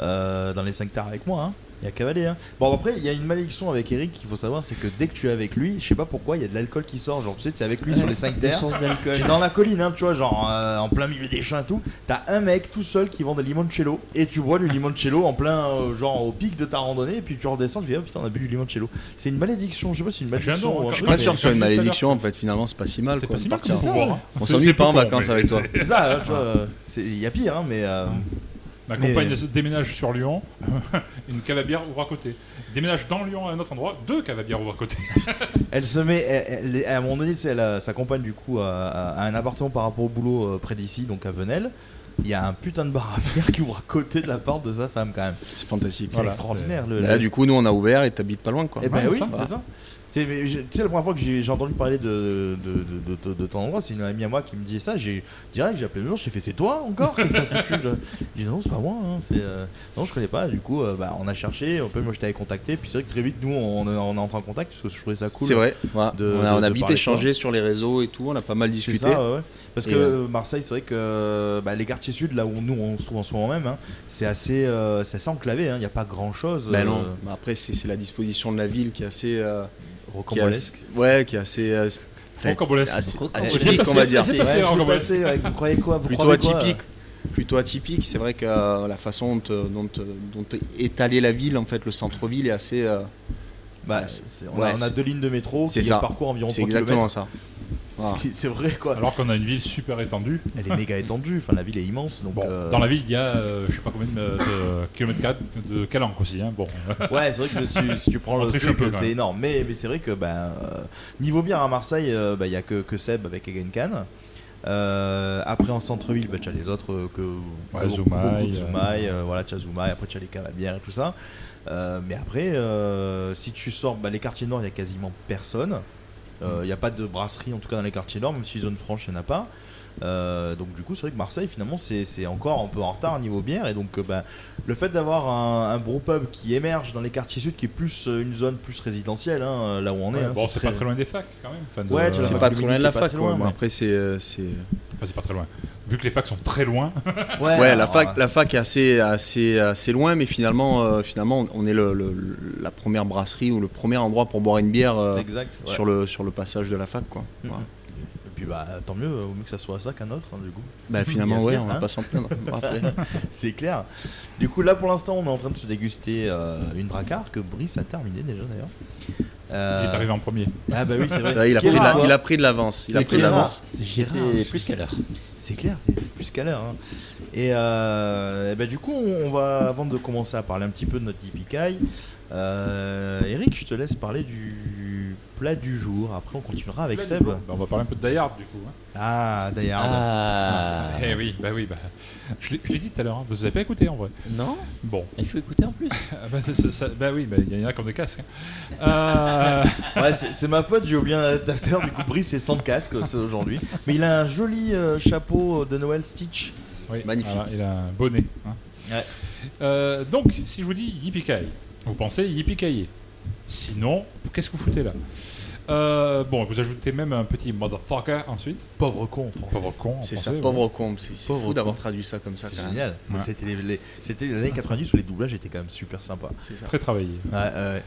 Speaker 9: euh, dans les 5 terres avec moi. hein. Il y a Cavalet. Hein. Bon, après, il y a une malédiction avec Eric qu'il faut savoir c'est que dès que tu es avec lui, je sais pas pourquoi, il y a de l'alcool qui sort. Genre, tu sais, tu es avec lui sur les 5
Speaker 6: Des
Speaker 9: terres.
Speaker 6: sources d'alcool.
Speaker 9: Tu es dans la colline, hein, tu vois, genre euh, en plein milieu des champs et tout. T'as un mec tout seul qui vend des limoncello et tu bois du limoncello en plein, euh, genre au pic de ta randonnée. Et puis tu redescends, tu dis, oh putain, on a bu du limoncello. C'est une malédiction, je sais pas si c'est une malédiction. ou un
Speaker 8: je suis
Speaker 9: truc,
Speaker 8: pas
Speaker 9: Ah mais-
Speaker 8: sûr que ce soit une malédiction, en fait, finalement, c'est pas si mal.
Speaker 9: C'est
Speaker 8: quoi,
Speaker 9: pas si
Speaker 8: de
Speaker 9: mal,
Speaker 8: partir.
Speaker 9: c'est ça.
Speaker 8: On
Speaker 9: C'est-
Speaker 8: s'ennuie
Speaker 9: c'est
Speaker 8: pas en
Speaker 9: pour con,
Speaker 8: vacances
Speaker 9: mais-
Speaker 8: avec toi.
Speaker 9: C'est ça, hein, tu vois, euh, c'est- il y a pire, hein, mais. euh,
Speaker 7: Ma
Speaker 9: mais-
Speaker 7: compagne se déménage sur Lyon, une cave à bière ouvre à côté. Déménage dans Lyon à un autre endroit, deux caves à bière ouvrent à côté.
Speaker 9: Elle se met, elle- elle- à un moment donné, tu sais, elle, euh, sa compagne du coup a, a- a un appartement par rapport au boulot euh, près d'ici, donc à Venelle. Il y a un putain de bar à bière qui ouvre à côté de la porte de sa femme quand même.
Speaker 8: C'est fantastique.
Speaker 9: C'est extraordinaire. Le,
Speaker 8: Mais Bah là,
Speaker 9: le-
Speaker 8: Ah, du coup, nous, on a ouvert et t'habites pas loin, quoi.
Speaker 9: Eh ben oui,
Speaker 8: Voilà.
Speaker 9: c'est ça. C'est mais je- tu sais, la première fois que j'ai j'ai entendu parler de, de, de, de- de- de ton endroit, c'est une amie à moi qui me dit ça. J'ai direct, j'ai appelé le jour, j'ai fait c'est toi encore Qu'est-ce que t'as foutu là J'ai dit non, c'est pas moi. hein, c'est, euh, Non, je connais pas. Du coup, euh, bah, on a cherché. Un peu, moi, je t'avais contacté. Puis c'est vrai que très vite, nous, on, on est entré en contact parce que je trouvais ça Ah, cool.
Speaker 8: C'est vrai, voilà.
Speaker 9: de-
Speaker 8: on a,
Speaker 9: de-
Speaker 8: on a
Speaker 9: de
Speaker 8: vite
Speaker 9: parler de toi.
Speaker 8: échangé sur les réseaux et tout, on a pas mal discuté.
Speaker 9: C'est ça, ouais, ouais. Parce
Speaker 8: Et,
Speaker 9: que
Speaker 8: euh,
Speaker 9: Marseille, c'est vrai que bah, les quartiers sud, là où nous on se trouve en ce moment même, hein, c'est assez, euh, c'est assez enclavé. Il n'y a pas grand chose.
Speaker 8: Ben non, mais après c'est c'est la disposition de la ville qui est assez. euh, qui est
Speaker 9: Rocambolesque.
Speaker 8: assez- ouais, qui est assez. euh, fait-
Speaker 7: Rocambolesque.
Speaker 9: ah,
Speaker 8: assez
Speaker 7: Rocambolesque.
Speaker 8: atypique, on va dire.
Speaker 7: C'est- c'est- c'est rocambolesque.
Speaker 9: Vous croyez quoi Vous
Speaker 8: Plutôt
Speaker 9: croyez quoi,
Speaker 8: atypique. Plutôt atypique, c'est vrai que euh, la façon dont, dont, dont est étalée la ville, en fait, le centre-ville est assez. euh,
Speaker 9: Bah,
Speaker 8: assez-
Speaker 9: c'est- on a- on a
Speaker 8: c'est-
Speaker 9: deux lignes de métro
Speaker 8: c'est
Speaker 9: qui
Speaker 8: ça.
Speaker 9: parcourent environ
Speaker 8: C'est
Speaker 9: 3
Speaker 8: exactement
Speaker 9: kilomètres.
Speaker 8: ça.
Speaker 7: Voilà.
Speaker 9: C'est c'est vrai quoi.
Speaker 7: Alors qu'on a une ville super étendue.
Speaker 9: Elle est méga étendue, enfin la ville est immense. Donc, euh,
Speaker 7: Dans la ville, il y a euh, je sais pas combien de, de kilomètres carrés de calanque aussi. hein, Bon.
Speaker 9: Ouais, c'est vrai que si, si tu prends
Speaker 7: On
Speaker 9: le
Speaker 7: triche
Speaker 9: truc,
Speaker 7: un peu, quand
Speaker 9: c'est
Speaker 7: même.
Speaker 9: énorme. Mais, mais c'est vrai que ben, euh, niveau bière à Marseille, euh, ben, il n'y a que, que Seb avec Egenkan. Euh, après en centre-ville, ben, tu as les autres euh, que,
Speaker 7: Ouais,
Speaker 9: que-
Speaker 7: Zoumaï,
Speaker 9: que- que- que-
Speaker 7: euh,
Speaker 9: Zoumaï, euh, voilà, tu as Zoumaï, après tu as les caves à bière et tout ça. Euh, mais après, euh, si tu sors ben, les quartiers nord, il n'y a quasiment personne. Il n'y Euh, a pas de brasserie en tout cas dans les quartiers nord, même si zone franche, il n'y en a pas. Euh, donc du coup, c'est vrai que Marseille, finalement, c'est c'est encore un peu en retard niveau bière. Et donc, euh, bah, le fait d'avoir un, un brew pub qui émerge dans les quartiers sud, qui est plus euh, une zone plus résidentielle, hein, euh, là où on est.
Speaker 7: Ouais,
Speaker 9: hein,
Speaker 7: bon, c'est pas très loin des facs quand même. Enfin, de-
Speaker 9: Ouais, tu vois,
Speaker 8: C'est
Speaker 9: la
Speaker 8: pas
Speaker 9: fac
Speaker 8: trop loin
Speaker 9: de
Speaker 8: de la
Speaker 9: Munich est pas
Speaker 8: fac,
Speaker 9: très
Speaker 8: quoi.
Speaker 9: loin,
Speaker 8: mais
Speaker 9: mais-
Speaker 8: après, c'est. euh, c'est-
Speaker 7: Enfin, Ah, c'est pas très loin. Vu que les facs sont très loin.
Speaker 8: Ouais, la,
Speaker 7: alors,
Speaker 8: fac,
Speaker 7: euh,
Speaker 8: la fac est assez, assez, assez loin, mais finalement, euh, finalement on est le, le- la première brasserie ou le premier endroit pour boire une bière euh,
Speaker 9: Exact, ouais.
Speaker 8: sur, le, sur le passage de la fac. Quoi. Voilà.
Speaker 9: Et puis bah tant mieux, au mieux que ça soit ça qu'un autre hein, du coup.
Speaker 8: Bah, finalement,
Speaker 9: Il y a
Speaker 8: ouais,
Speaker 9: pire,
Speaker 8: on va pas s'en plaindre, après.
Speaker 9: C'est clair. Du coup là pour l'instant on est en train de se déguster euh, une dracar que Brice a terminé déjà d'ailleurs. Euh,
Speaker 7: Il est arrivé en premier.
Speaker 9: Ah bah oui c'est vrai.
Speaker 8: Ouais, il,
Speaker 9: Ce
Speaker 8: a
Speaker 9: qui est
Speaker 8: pris de la-
Speaker 9: rare,
Speaker 8: il a
Speaker 9: hein.
Speaker 8: pris de l'avance. Il
Speaker 9: C'est hein
Speaker 8: a pris de
Speaker 9: clair.
Speaker 8: l'avance.
Speaker 9: C'est Gérard.
Speaker 6: C'était plus qu'à l'heure.
Speaker 9: C'est clair, c'était plus qu'à l'heure. hein. Et, euh, eh ben, du coup, on on va, avant de commencer à parler un petit peu de notre Yipikai, euh, Eric, je te laisse parler du plat du jour. Après, on continuera avec
Speaker 7: Plat du
Speaker 9: Seb.
Speaker 7: jour. Bah, on va parler un peu de Dayard du coup. hein.
Speaker 9: Ah, Dayard.
Speaker 6: Ah.
Speaker 7: Eh oui, bah oui, bah. Je l'ai je l'ai dit tout à l'heure, hein, vous avez pas écouté en vrai.
Speaker 6: Non.
Speaker 7: Bon.
Speaker 6: Il faut écouter en plus.
Speaker 7: Ah bah, c'est- c'est- ça- bah oui, bah, il y en a comme des casques. hein. Euh,
Speaker 9: Ouais, c'est c'est ma faute, j'ai oublié un adaptateur. Du coup, Brice est sans casque c'est aujourd'hui. Mais il a un joli euh, chapeau de Noël Stitch.
Speaker 7: Oui,
Speaker 9: Magnifique.
Speaker 7: voilà, il a un bonnet. hein.
Speaker 9: Ouais.
Speaker 7: Euh, donc, si je vous dis yippee vous pensez yippee Sinon, qu'est-ce que vous foutez là Euh, Bon, vous ajoutez même un petit motherfucker ensuite.
Speaker 9: Pauvre con, en français.
Speaker 7: Pauvre con. en
Speaker 8: C'est ça,
Speaker 7: français,
Speaker 8: pauvre
Speaker 7: ouais.
Speaker 8: con. C'est c'est
Speaker 9: Pauvre
Speaker 8: fou d'avoir
Speaker 9: con.
Speaker 8: traduit ça comme ça.
Speaker 9: C'est
Speaker 8: quand même.
Speaker 9: génial.
Speaker 7: Ouais.
Speaker 9: C'était les, les- c'était les années 90 où les doublages étaient quand même super sympas.
Speaker 8: C'est ça.
Speaker 7: Très travaillé.
Speaker 9: Ouais, ouais.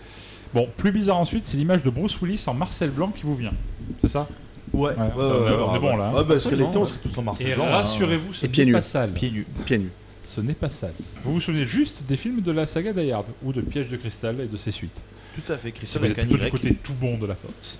Speaker 7: Bon, plus bizarre ensuite, c'est l'image de Bruce Willis en Marcel Blanc qui vous vient. C'est ça
Speaker 9: Ouais,
Speaker 7: Ouais, ça, on est- on est bon, là, hein.
Speaker 9: Ouais, parce que
Speaker 7: Absolument,
Speaker 9: l'été, on
Speaker 7: ouais.
Speaker 9: serait tous en Marseille.
Speaker 7: Et
Speaker 9: blanc, hein.
Speaker 7: rassurez-vous,
Speaker 8: Et
Speaker 7: ce
Speaker 8: pieds
Speaker 7: n'est
Speaker 8: nus.
Speaker 7: pas sale.
Speaker 9: Pieds nus.
Speaker 8: Pieds nus.
Speaker 7: Ce n'est pas sale. Vous vous souvenez juste des films de la saga Dayard ou de Piège de cristal et de ses suites.
Speaker 9: Tout à fait,
Speaker 7: Si
Speaker 9: Christian
Speaker 7: vous êtes
Speaker 9: avec un
Speaker 7: plutôt du
Speaker 9: Y.
Speaker 7: côté tout bon de la force.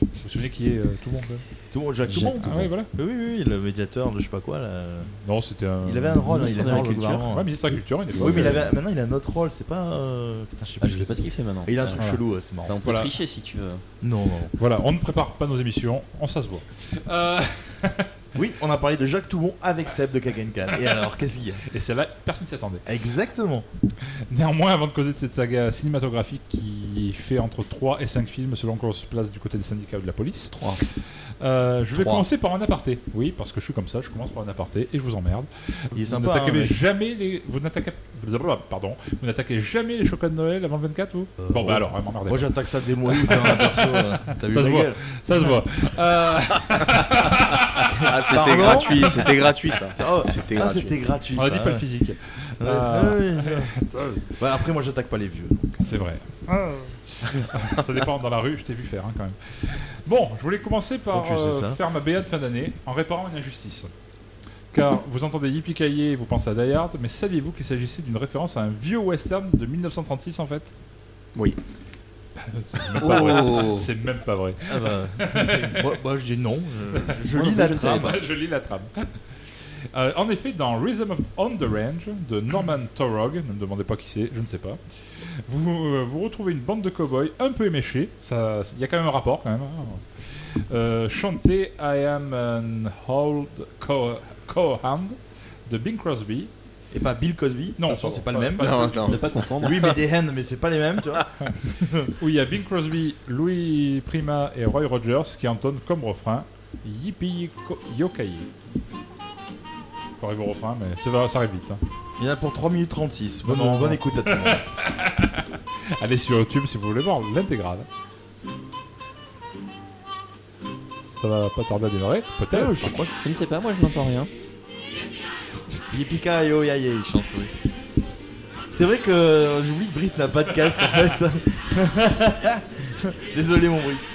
Speaker 7: Vous vous souvenez qui est euh, tout bon là
Speaker 9: Tout le monde, Jacques tout le monde.
Speaker 7: Ah ouais, voilà.
Speaker 9: Oui, oui, oui, le médiateur de je sais pas quoi. Là.
Speaker 7: Non, c'était un.
Speaker 9: Il avait un rôle, hein, il
Speaker 7: ministre
Speaker 9: avait
Speaker 7: de
Speaker 9: un
Speaker 7: la
Speaker 9: rôle au
Speaker 7: culture.
Speaker 9: gouvernement.
Speaker 7: Ouais, ministre de la culture, hein, il est
Speaker 9: Oui, mais il avait, maintenant il a un autre rôle, c'est pas. euh, Putain, je sais
Speaker 6: Ah,
Speaker 9: plus.
Speaker 6: je sais pas ce qu'il fait maintenant.
Speaker 9: Il a un truc
Speaker 6: Ah.
Speaker 9: chelou, ouais, c'est
Speaker 6: Bah, on
Speaker 9: marrant.
Speaker 6: peut
Speaker 7: Voilà.
Speaker 6: tricher si tu veux.
Speaker 9: Non, non.
Speaker 7: Voilà, on ne prépare pas nos émissions, on ça se voit. Euh,
Speaker 9: Oui, on a parlé de Jacques Toubon avec Seb de Kagenkan. Et alors, qu'est-ce qu'il y a
Speaker 7: Et celle-là, personne ne s'y attendait.
Speaker 9: Exactement.
Speaker 7: Néanmoins, avant de causer de cette saga cinématographique qui fait entre 3 et 5 films selon qu'on se place du côté des syndicats ou de la police,
Speaker 9: 3.
Speaker 7: Euh, je vais commencer par un aparté. Oui, parce que je suis comme ça, je commence par un aparté et je vous emmerde.
Speaker 9: Il est
Speaker 7: vous
Speaker 9: sympa,
Speaker 7: n'attaquez
Speaker 9: hein, mec.
Speaker 7: jamais les. Vous n'attaquez. Pardon. Vous n'attaquez jamais les chocolats de Noël avant le 24 ou Bon, bah alors, vraiment,
Speaker 9: Euh, Moi, j'attaque ça dès mois d'août, hein, perso. euh, T'as vu
Speaker 7: ça
Speaker 9: ma
Speaker 7: se voit.
Speaker 9: gueule
Speaker 7: Ça se voit. Euh,
Speaker 8: Ah, c'était
Speaker 9: Pardon
Speaker 8: gratuit, c'était gratuit, ça.
Speaker 9: Ah,
Speaker 8: C'était
Speaker 9: ah,
Speaker 8: gratuit.
Speaker 9: c'était gratuit.
Speaker 7: On a
Speaker 9: ça,
Speaker 7: dit pas le
Speaker 9: ouais.
Speaker 7: physique.
Speaker 9: Ouais,
Speaker 7: Euh,
Speaker 9: ouais, ouais. Ouais, après, moi, j'attaque pas les vieux. donc.
Speaker 7: C'est vrai. ça dépend, dans la rue, je t'ai vu faire hein, quand même. Bon, je voulais commencer par
Speaker 9: Oh, tu sais
Speaker 7: euh,
Speaker 9: ça.
Speaker 7: faire ma BA de fin d'année en réparant une injustice. Car vous entendez Yippie Kaye, vous pensez à Die Hard, mais saviez-vous qu'il s'agissait d'une référence à un vieux western de 1936 en fait
Speaker 8: Oui.
Speaker 7: C'est même, pas
Speaker 9: Oh.
Speaker 7: vrai. C'est même pas vrai.
Speaker 9: Ah bah, moi, moi, je dis non. Je, je lis
Speaker 7: Moi,
Speaker 9: la
Speaker 7: ne savais
Speaker 9: trame.
Speaker 7: pas. Je lis la trame. Euh, en effet, dans Rhythm of on the Range de Norman Torog, ne me demandez pas qui c'est, je ne sais pas, vous, euh, vous retrouvez une bande de cow-boys un peu éméchés, ça- il y a quand même un rapport quand même, hein. Euh, chanter I am an old cow- cowhand de Bing Crosby.
Speaker 9: Et pas Bill Cosby.
Speaker 7: Non,
Speaker 9: de toute façon, c'est pas le même.
Speaker 8: Non, non.
Speaker 6: Ne pas confondre.
Speaker 9: Oui, mais des hennes, mais c'est pas les mêmes, tu vois.
Speaker 7: où il y a Bing Crosby, Louis Prima et Roy Rogers qui entonnent comme refrain Yippee Yokai. Faut arriver au refrain, mais ça, va- ça arrive vite. hein.
Speaker 9: Il y en a pour 3 minutes 36. Bonne,
Speaker 7: Non, non,
Speaker 9: bonne
Speaker 7: non.
Speaker 9: écoute à tout le monde.
Speaker 7: Allez sur YouTube si vous voulez voir l'intégrale. Ça va pas tarder à démarrer, peut-être. Ah je crois.
Speaker 6: Euh, Je ne sais pas, moi je n'entends rien.
Speaker 9: Yipika et Oyaye, il chante, oui. C'est vrai que euh, j'oublie que Brice n'a pas de casque en fait. Désolé mon Brice.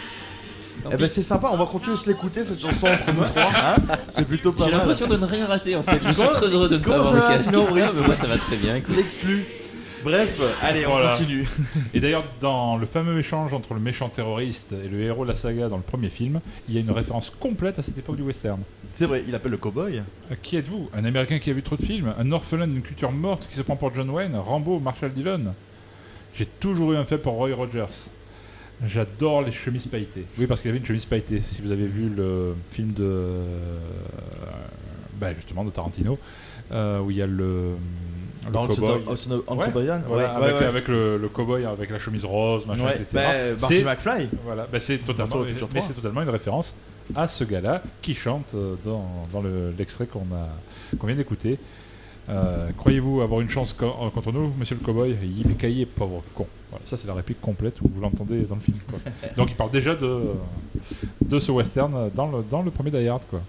Speaker 9: Eh ben c'est sympa, on va continuer à se l'écouter cette chanson entre nous trois. hein. c'est plutôt pas
Speaker 6: J'ai
Speaker 9: mal.
Speaker 6: l'impression de ne rien rater en fait. Je suis
Speaker 9: Comment-
Speaker 6: très heureux de ne pas
Speaker 9: comment
Speaker 6: avoir
Speaker 9: ça
Speaker 6: le
Speaker 9: va,
Speaker 6: casque.
Speaker 9: sinon, Brice
Speaker 6: Ah, mais moi ça va très bien. écoute.
Speaker 9: L'exclu. Bref, allez, on
Speaker 7: Voilà.
Speaker 9: continue.
Speaker 7: Et d'ailleurs, dans le fameux échange entre le méchant terroriste et le héros de la saga dans le premier film, il y a une référence complète à cette époque du western.
Speaker 9: C'est vrai, il appelle le cowboy.
Speaker 7: Euh, Qui êtes-vous Un Américain qui a vu trop de films Un orphelin d'une culture morte qui se prend pour John Wayne Rambo Marshall Dillon J'ai toujours eu un fait pour Roy Rogers. J'adore les chemises pailletées. Oui, parce qu'il avait une chemise pailletée. Si vous avez vu le film de. euh, bah, justement, de Tarantino, euh, où il y a le. Le
Speaker 9: Dans
Speaker 7: cowboy.
Speaker 9: House of- House of
Speaker 7: Ouais,
Speaker 9: Babylon
Speaker 7: voilà,
Speaker 9: Ouais,
Speaker 7: avec,
Speaker 9: ouais, ouais.
Speaker 7: avec le, le cowboy, avec la chemise rose, machin,
Speaker 9: Ouais,
Speaker 7: etc.
Speaker 9: bah, Marty
Speaker 7: C'est-
Speaker 9: McFly.
Speaker 7: voilà, bah, c'est totalement,
Speaker 9: Retour au futur
Speaker 7: mais
Speaker 9: 3.
Speaker 7: c'est totalement une référence à ce gars-là qui chante euh, dans, dans le- l'extrait qu'on a qu'on vient d'écouter. Euh, Croyez-vous avoir une chance co- euh, contre nous, monsieur le cowboy Yippee pauvre con. Voilà, ça, c'est la réplique complète où vous l'entendez dans le film. quoi. Donc, il parle déjà de, de ce western euh, dans le, dans le premier Die Hard. Quoi.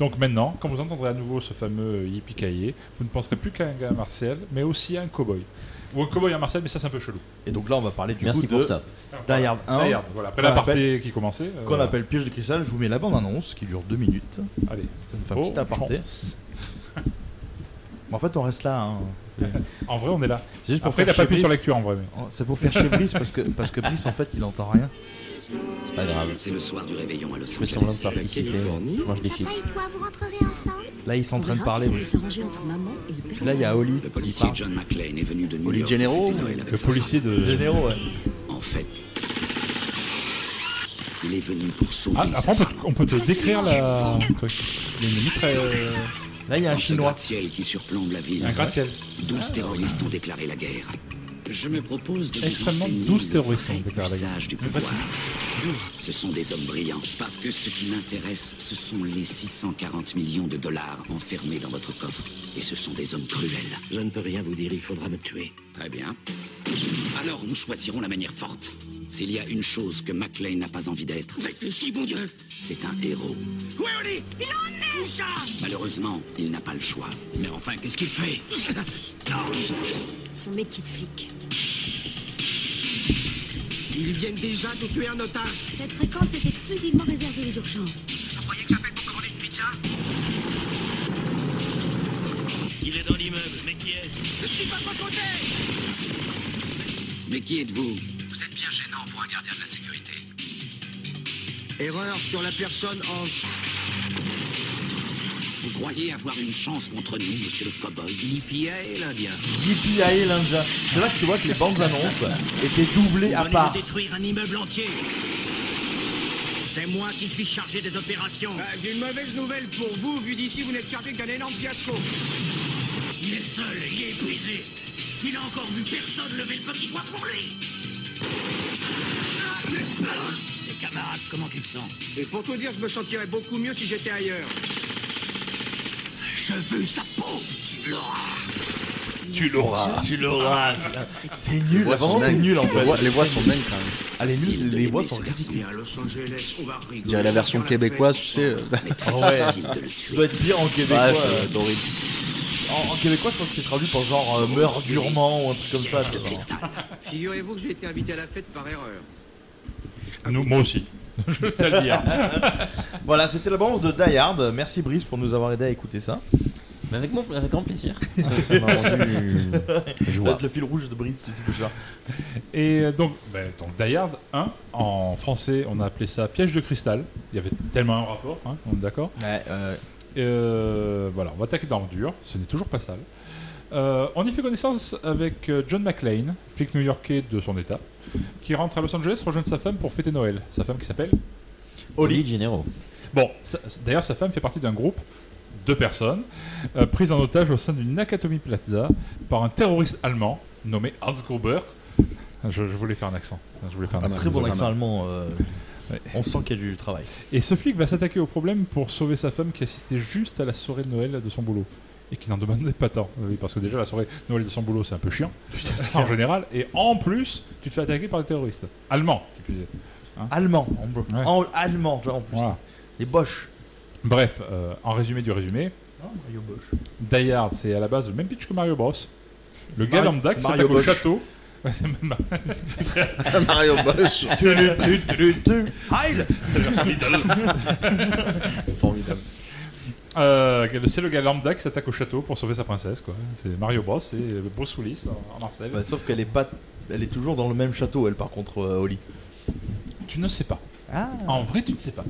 Speaker 7: Donc, maintenant, quand vous entendrez à nouveau ce fameux Yippee vous ne penserez plus qu'à un gars à Martial, mais aussi à un cowboy. Ou un cowboy à Martial, mais ça, c'est un peu chelou.
Speaker 9: Et donc là on va parler du
Speaker 6: Merci
Speaker 9: coup
Speaker 6: pour
Speaker 9: de
Speaker 6: ça.
Speaker 9: Die Hard 1.
Speaker 7: Die Hard, voilà. Après
Speaker 9: Ah Qu'on
Speaker 7: la
Speaker 9: appelle-
Speaker 7: partie qui commençait. euh,
Speaker 9: Qu'on appelle Piège de Cristal, je vous mets la bande annonce qui dure 2 minutes.
Speaker 7: Allez,
Speaker 9: Ça nous fait un petit
Speaker 7: Bonne
Speaker 9: aparté.
Speaker 7: chance.
Speaker 9: Mais en fait on reste là. hein.
Speaker 7: En vrai, on est là.
Speaker 9: C'est juste pour
Speaker 7: Après, il a pas
Speaker 9: faire chier
Speaker 7: appuyé sur
Speaker 9: Brice.
Speaker 7: lecture en vrai. mais-
Speaker 9: Oh, C'est pour faire chez Brice parce que, parce que Brice en fait il entend rien.
Speaker 6: C'est pas grave.
Speaker 10: C'est le soir du réveillon à Los
Speaker 6: Je fais
Speaker 10: Angeles.
Speaker 6: semblant de participer. Je mange des chips.
Speaker 5: Allez, toi, vous rentrerez ensemble
Speaker 9: Là ils sont en train de parler. Brice.
Speaker 10: Le
Speaker 9: Là il y a Oli.
Speaker 10: Le policier John McLean est venu de New
Speaker 8: Oli
Speaker 10: York.
Speaker 8: Gennaro,
Speaker 10: fêter Noël avec
Speaker 7: Le
Speaker 10: sa
Speaker 7: policier de.
Speaker 9: Généraux, Oh, ouais.
Speaker 10: femme. En fait, il est venu pour sauver.
Speaker 7: Ah, après, on peut, on peut te décrire la.
Speaker 10: Dans
Speaker 7: Il y a une mitraille.
Speaker 9: Là il y a un
Speaker 10: ce
Speaker 9: chinois.
Speaker 10: gratte-ciel qui surplombe la ville.
Speaker 7: Un gratte-ciel.
Speaker 10: 12 terroristes ont déclaré la guerre. Je me propose de vous
Speaker 7: Extrêmement
Speaker 10: enseigner
Speaker 7: 12
Speaker 10: le
Speaker 7: terroristes
Speaker 10: vrai
Speaker 7: ont déclaré la guerre.
Speaker 10: usage du
Speaker 7: C'est pas
Speaker 10: pouvoir. Ce sont des hommes brillants, parce que ce qui m'intéresse, ce sont les 640 millions de dollars enfermés dans votre coffre. Et ce sont des hommes cruels. Je ne peux rien vous dire, il faudra me tuer. Très bien. Alors nous choisirons la manière forte. S'il y a une chose que McLean n'a pas envie d'être, c'est un héros. Oui, Oli Il en est Malheureusement, il n'a pas le choix. Mais enfin, qu'est-ce qu'il fait
Speaker 3: Son métier de flic.
Speaker 10: Ils viennent déjà de tuer un otage.
Speaker 3: Cette fréquence est exclusivement réservée aux urgences.
Speaker 10: Il est dans l'immeuble, mais qui est-ce Je suis pas de votre côté Mais qui êtes-vous Vous êtes bien gênant pour un gardien de la sécurité. Erreur sur la personne Hans. Vous croyez avoir une chance contre nous, monsieur le cow-boy L'IPA et l'Indien.
Speaker 9: DPI Ninja. hein, C'est là que tu vois que les bandes annonces étaient doublées à part.
Speaker 10: détruire un immeuble entier.
Speaker 11: C'est moi qui suis chargé des opérations.
Speaker 12: Euh, J'ai une mauvaise nouvelle pour vous. Vu d'ici, vous n'êtes chargé qu'un énorme fiasco.
Speaker 11: Il est seul, il est épuisé. Il n'a encore vu personne lever le petit doigt pour lui. Les camarades, comment tu te sens
Speaker 12: Et pour tout dire, je me sentirais beaucoup mieux si j'étais ailleurs.
Speaker 11: Je veux sa peau. Tu l'auras.
Speaker 9: Tu l'auras.
Speaker 6: Tu l'auras.
Speaker 9: C'est nul.
Speaker 8: voix
Speaker 9: Vraiment,
Speaker 8: sont
Speaker 9: c'est
Speaker 8: dingues.
Speaker 9: nul en
Speaker 8: Les
Speaker 9: fait.
Speaker 8: voix- les voix sont dingues, quand même.
Speaker 9: Ah, les, nuls, les voix sont
Speaker 10: ridicules. Los Angeles, on va
Speaker 8: Je dirais la version québécoise, tu sais. euh.
Speaker 9: Ah ouais, ça doit être pire en québécois.
Speaker 8: Ouais, c'est
Speaker 9: euh, en, en québécois, je crois que c'est traduit par genre euh, meurs durement ou un truc comme ça. tu vois.
Speaker 5: Figurez-vous que j'ai été invité à la fête par erreur.
Speaker 7: Nous, moi aussi. Je vais te le dire.
Speaker 9: voilà, c'était la bande de Die Hard. Merci Brice pour nous avoir aidé à écouter ça.
Speaker 6: Mais avec, mon, avec grand plaisir.
Speaker 9: ça m'a rendu-
Speaker 7: Je
Speaker 9: Peut-être le fil rouge de Brice, je sais pas, je sais pas.
Speaker 7: Et euh, donc, bah, donc, Die Hard 1, en français, on a appelé ça Piège de cristal. Il y avait tellement un rapport, hein, on est d'accord Euh, Voilà, on va attaquer dans le dur, ce n'est toujours pas sale. Euh, on y fait connaissance avec euh, John McClane, flic new-yorkais de son état, qui rentre à Los Angeles rejoindre sa femme pour fêter Noël. Sa femme qui s'appelle
Speaker 6: Oli Gennaro.
Speaker 7: Bon, sa- d'ailleurs, sa femme fait partie d'un groupe de personnes euh, prises en otage au sein du Nakatomi Plaza par un terroriste allemand nommé Hans Gruber. Je, je voulais faire un accent. Je voulais faire un
Speaker 9: Un Ah, très bon
Speaker 7: désolé.
Speaker 9: accent allemand. euh, On sent qu'il y a du travail.
Speaker 7: Et ce flic va s'attaquer au problème pour sauver sa femme qui assistait juste à la soirée de Noël de son boulot. Et qui n'en demandait pas tant. Oui, parce que déjà, la soirée de Noël de son boulot, c'est un peu chiant. en général. Et en plus, tu te fais attaquer par des terroristes. Allemands, qui plus est. Hein
Speaker 9: Allemand, en, en- allemand, tu vois, en plus.
Speaker 7: Voilà.
Speaker 9: Les Boches.
Speaker 7: Bref, euh, en résumé du résumé,
Speaker 9: Mario Bosch.
Speaker 7: Die Hard, c'est à la base le même pitch que Mario Bros. Le gars
Speaker 9: Mario-
Speaker 7: lambda
Speaker 9: c'est
Speaker 7: qui
Speaker 9: Mario
Speaker 7: s'attaque au
Speaker 9: Bosch.
Speaker 7: château. Ouais, c'est même Mar-
Speaker 9: Mario Bosch. Tulu, tulu, tulu, tulu. Heil
Speaker 7: C'est la version Lidl.
Speaker 9: Formidable.
Speaker 7: Euh, c'est le gars lambda qui s'attaque au château pour sauver sa princesse. quoi. C'est Mario Bros et Bruce Willis en, en Marcel.
Speaker 9: Bah, sauf qu'elle est pas. Elle est toujours dans le même château, elle, par contre, euh, Oli.
Speaker 7: Tu ne sais pas.
Speaker 9: Ah.
Speaker 7: En vrai, tu ne sais pas.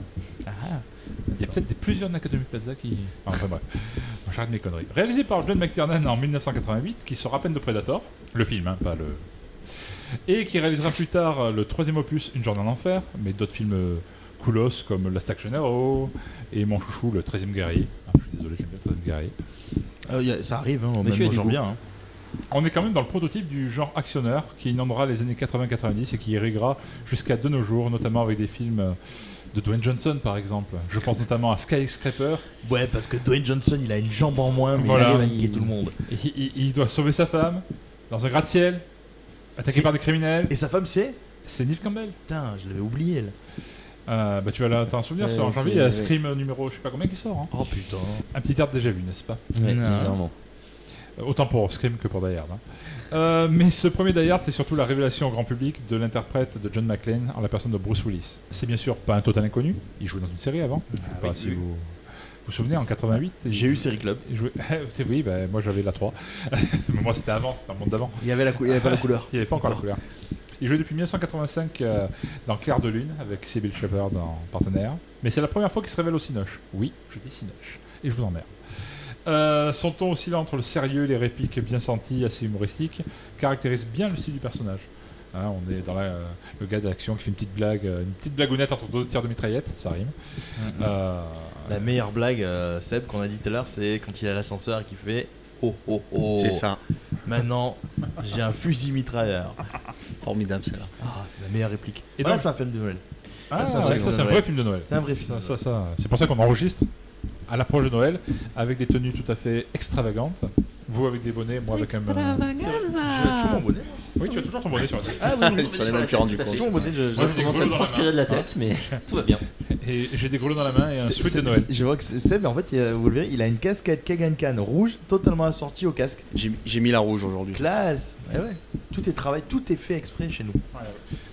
Speaker 7: Il y a peut-être des plusieurs Nakatomi Plaza qui. Ah, Enfin bref, j'arrête mes conneries. Réalisé par John McTiernan en 1988, qui sort à peine de Predator, le film, hein, pas le. Et qui réalisera plus tard euh, le troisième opus, Une journée en enfer, mais d'autres films euh, coolos comme Last Action Hero et mon chouchou, le 13 e guerrier. Ah, je suis désolé, j'aime bien le 13 e guerrier.
Speaker 9: Euh, y a- ça arrive, hein, même moi, j'en bien. hein.
Speaker 7: On est quand même dans le prototype du genre actionneur qui inondera les années 80-90 et qui irriguera jusqu'à de nos jours, notamment avec des films euh, de Dwayne Johnson par exemple. Je pense notamment à Skyscraper.
Speaker 9: Ouais, parce que Dwayne Johnson, il a une jambe en moins, mais
Speaker 7: Voilà.
Speaker 9: il arrive à niquer tout le monde.
Speaker 7: Et Il, il- il doit sauver sa femme dans un gratte-ciel, attaqué
Speaker 9: C'est-
Speaker 7: par des criminels.
Speaker 9: Et sa femme, c'est
Speaker 7: C'est Neve Campbell.
Speaker 9: Putain, je l'avais oublié, elle.
Speaker 7: Euh, bah tu vas là, t'en souvenir,
Speaker 9: Ouais,
Speaker 7: c'est en janvier,
Speaker 9: c'est-
Speaker 7: il y a
Speaker 9: ouais.
Speaker 7: Scream numéro je sais pas combien qui sort. hein.
Speaker 9: Oh putain.
Speaker 7: Un petit air déjà vu, n'est-ce pas
Speaker 6: Ouais, Non. clairement.
Speaker 7: Euh, Autant pour Scream que pour Die Hard, hein. Euh, mais ce premier Die Hard, c'est surtout la révélation au grand public de l'interprète de John McClane en la personne de Bruce Willis. C'est bien sûr pas un total inconnu, il jouait dans une série avant. Je sais pas si vous vous vous souvenez, en 88.
Speaker 9: Ah J'ai eu Série Club.
Speaker 7: il jouait- C'est- oui, bah, moi j'avais la 3. Mais moi c'était avant, c'était un monde d'avant.
Speaker 9: Il y avait la cou- il y avait pas la couleur.
Speaker 7: il n'y avait pas encore la couleur. Il jouait depuis 1985 euh, dans Clair de Lune avec Sybil Shepherd en partenaire. Mais c'est la première fois qu'il se révèle au Cinoche. Oui, je dis Cinoche. Et je vous emmerde. Euh, son ton oscillant entre le sérieux, les répliques bien senties, assez humoristiques, caractérise bien le style du personnage. Hein, on est dans la- euh, le gars d'action qui fait une petite blague, euh, une petite blagounette entre deux tirs de mitraillette, ça rime.
Speaker 9: Mm-hmm.
Speaker 7: Euh,
Speaker 9: La meilleure blague, euh, Seb, qu'on a dit tout à l'heure, c'est quand il a l'ascenseur et qu'il fait Oh oh oh.
Speaker 8: C'est ça.
Speaker 9: Maintenant, j'ai un fusil mitrailleur.
Speaker 8: Formidable celle-là.
Speaker 9: Ah, c'est la meilleure réplique.
Speaker 7: Et
Speaker 9: Et voilà,
Speaker 7: donc-
Speaker 9: c'est un film de Noël.
Speaker 7: Ah,
Speaker 9: vrai
Speaker 7: ouais,
Speaker 9: film
Speaker 7: ça,
Speaker 9: de
Speaker 7: c'est un vrai film de Noël.
Speaker 9: C'est un vrai film.
Speaker 7: Ça, ça, ça, C'est pour ça qu'on enregistre à l'approche de Noël avec des tenues tout à fait extravagantes. Vous avec des bonnets, moi avec un.
Speaker 9: J'ai toujours mon bonnet.
Speaker 7: Oui, tu as toujours ton bonnet sur la tête.
Speaker 9: Ah oui, oui, oui,
Speaker 7: Ils s'en
Speaker 9: oui,
Speaker 7: est
Speaker 9: oui,
Speaker 7: même plus
Speaker 9: oui,
Speaker 7: rendu
Speaker 9: tout à fait.
Speaker 7: compte.
Speaker 9: Toujours mon bonnet, je-
Speaker 7: Moi,
Speaker 9: je
Speaker 7: j'ai des
Speaker 9: commence à
Speaker 7: grelots dans la
Speaker 6: transpirer
Speaker 7: main.
Speaker 6: de la tête, mais tout va bien.
Speaker 7: Et j'ai des grelots dans la main et un
Speaker 9: C'est-
Speaker 7: sweat de
Speaker 9: c'est-
Speaker 7: Noël.
Speaker 9: c'est- Je vois que c'est- Seb, en fait, il a- vous le verrez, il a une casquette Kagankan rouge totalement assortie au casque.
Speaker 8: J'ai mis la rouge aujourd'hui.
Speaker 9: Classe Eh ouais. Tout est travail, tout est fait exprès chez nous.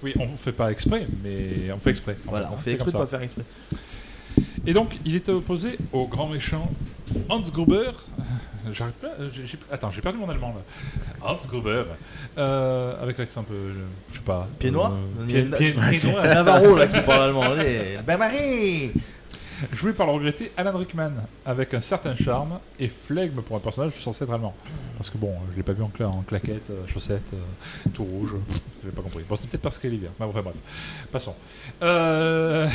Speaker 7: Oui, on fait pas exprès, mais on fait exprès. Hein,
Speaker 9: Voilà, on fait exprès de
Speaker 7: comme
Speaker 9: pas
Speaker 7: ça.
Speaker 9: faire exprès.
Speaker 7: Et donc, il était opposé au grand méchant Hans Gruber. J'arrive pas. euh, j'ai- j'ai- Attends, j'ai perdu mon allemand là. Hans Gruber. Euh, avec l'accent un peu. euh, Je sais pas.
Speaker 9: Pied
Speaker 7: euh,
Speaker 9: noir
Speaker 7: pied- pied-
Speaker 9: Ouais,
Speaker 7: pied
Speaker 9: C'est
Speaker 7: noir.
Speaker 9: c'est Navarro là qui parle allemand. Allez, Ben Marie
Speaker 7: joué par le regretté Alan Rickman, avec un certain charme et flegme pour un personnage censé être allemand. Parce que bon, je l'ai pas vu en, cla- en claquette, euh, chaussette, euh, tout rouge, pff, j'ai pas compris. Bon, c'est peut-être parce qu'il est l'hiver. Bah, enfin bref, passons. Euh,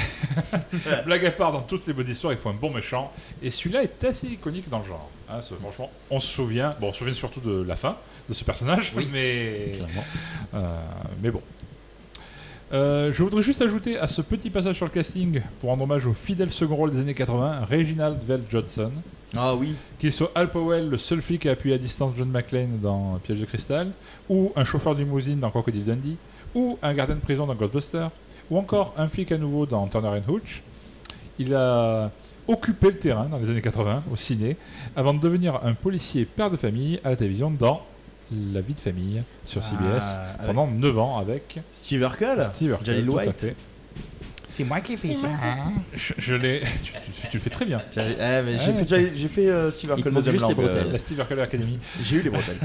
Speaker 7: Blague à part, dans toutes les bonnes histoires, il faut un bon méchant. Et celui-là est assez iconique dans le genre. hein, c'est- franchement, on se souvient, bon, on se souvient surtout de la fin de ce personnage, mais, euh, mais bon. Euh, je voudrais juste ajouter à ce petit passage sur le casting, pour rendre hommage au fidèle second rôle des années 80, Reginald Vell Johnson.
Speaker 9: Ah oui.
Speaker 7: Qu'il soit Al Powell, le seul flic à appuyer à distance John McClane dans Piège de cristal, ou un chauffeur de limousine dans Crocodile Dundee, ou un gardien de prison dans Ghostbusters, ou encore un flic à nouveau dans Turner and Hooch. Il a occupé le terrain dans les années 80 au ciné, avant de devenir un policier père de famille à la télévision dans La vie de famille sur
Speaker 9: Ah,
Speaker 7: CBS
Speaker 9: avec-
Speaker 7: pendant 9 ans avec
Speaker 9: Steve Urkel
Speaker 7: Steve Urkel,
Speaker 9: Jalil
Speaker 7: tout à
Speaker 9: White.
Speaker 7: fait.
Speaker 9: C'est moi qui ai fait ça. hein.
Speaker 7: Je, je l'ai. Tu, tu- tu le fais très bien.
Speaker 9: Eh, mais j'ai
Speaker 7: Ah Ouais.
Speaker 9: fait, j'ai- j'ai fait euh, Steve
Speaker 7: Il te
Speaker 9: Urkel
Speaker 7: manque
Speaker 9: deuxième
Speaker 7: juste les
Speaker 9: langue. euh,
Speaker 7: bretelles. La Steve Urkel Academy.
Speaker 9: J'ai eu les bretelles.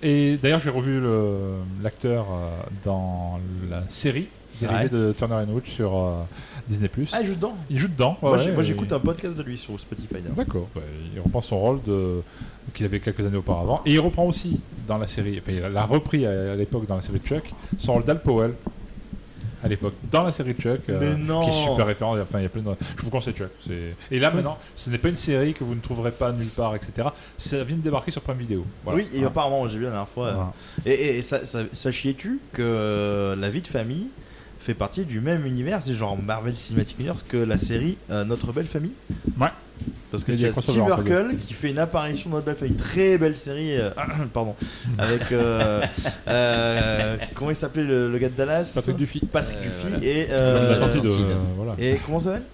Speaker 7: Et d'ailleurs, j'ai revu le- l'acteur euh, dans la série dérivée
Speaker 9: Ouais.
Speaker 7: de Turner and Hooch sur euh, Disney+.
Speaker 9: Ah, il joue dedans
Speaker 7: Il joue dedans. ouais,
Speaker 9: Moi, j'ai-
Speaker 7: ouais,
Speaker 9: moi,
Speaker 7: et-
Speaker 9: j'écoute un podcast de lui sur Spotify. d'ailleurs.
Speaker 7: D'accord. Bah, il reprend son rôle de qu'il avait quelques années auparavant et il reprend aussi dans la série. Enfin, il l'a repris à, à l'époque dans la série Chuck son rôle d'Al Powell. À l'époque, dans la série Chuck, euh,
Speaker 9: Mais non.
Speaker 7: qui est super référent, enfin il y a plein de... Je vous conseille Chuck. c'est- Et là maintenant, ce n'est pas une série que vous ne trouverez pas nulle part, etc. Ça vient de débarquer sur Prime Video. Voilà.
Speaker 9: Oui, et
Speaker 7: Hein.
Speaker 9: apparemment, j'ai vu la dernière fois. euh,
Speaker 7: Voilà.
Speaker 9: Et, et- et ça, ça- sachiez-tu que euh, la vie de famille fait partie du même univers, c'est genre Marvel Cinematic Universe que la série euh, Notre Belle Famille
Speaker 7: Ouais.
Speaker 9: Parce que
Speaker 7: Il y a
Speaker 9: tu
Speaker 7: des
Speaker 9: as
Speaker 7: crossovers
Speaker 9: Steve
Speaker 7: entre les
Speaker 9: Urkel qui fait une apparition dans Notre Belle Famille, très belle série, euh, pardon, avec euh, euh, comment il s'appelait le, le gars de Dallas
Speaker 7: Patrick Duffy.
Speaker 9: Patrick
Speaker 7: Euh, voilà.
Speaker 9: Duffy et
Speaker 7: L'homme de l'Atlantide, euh, voilà.
Speaker 9: Et comment ça s'appelle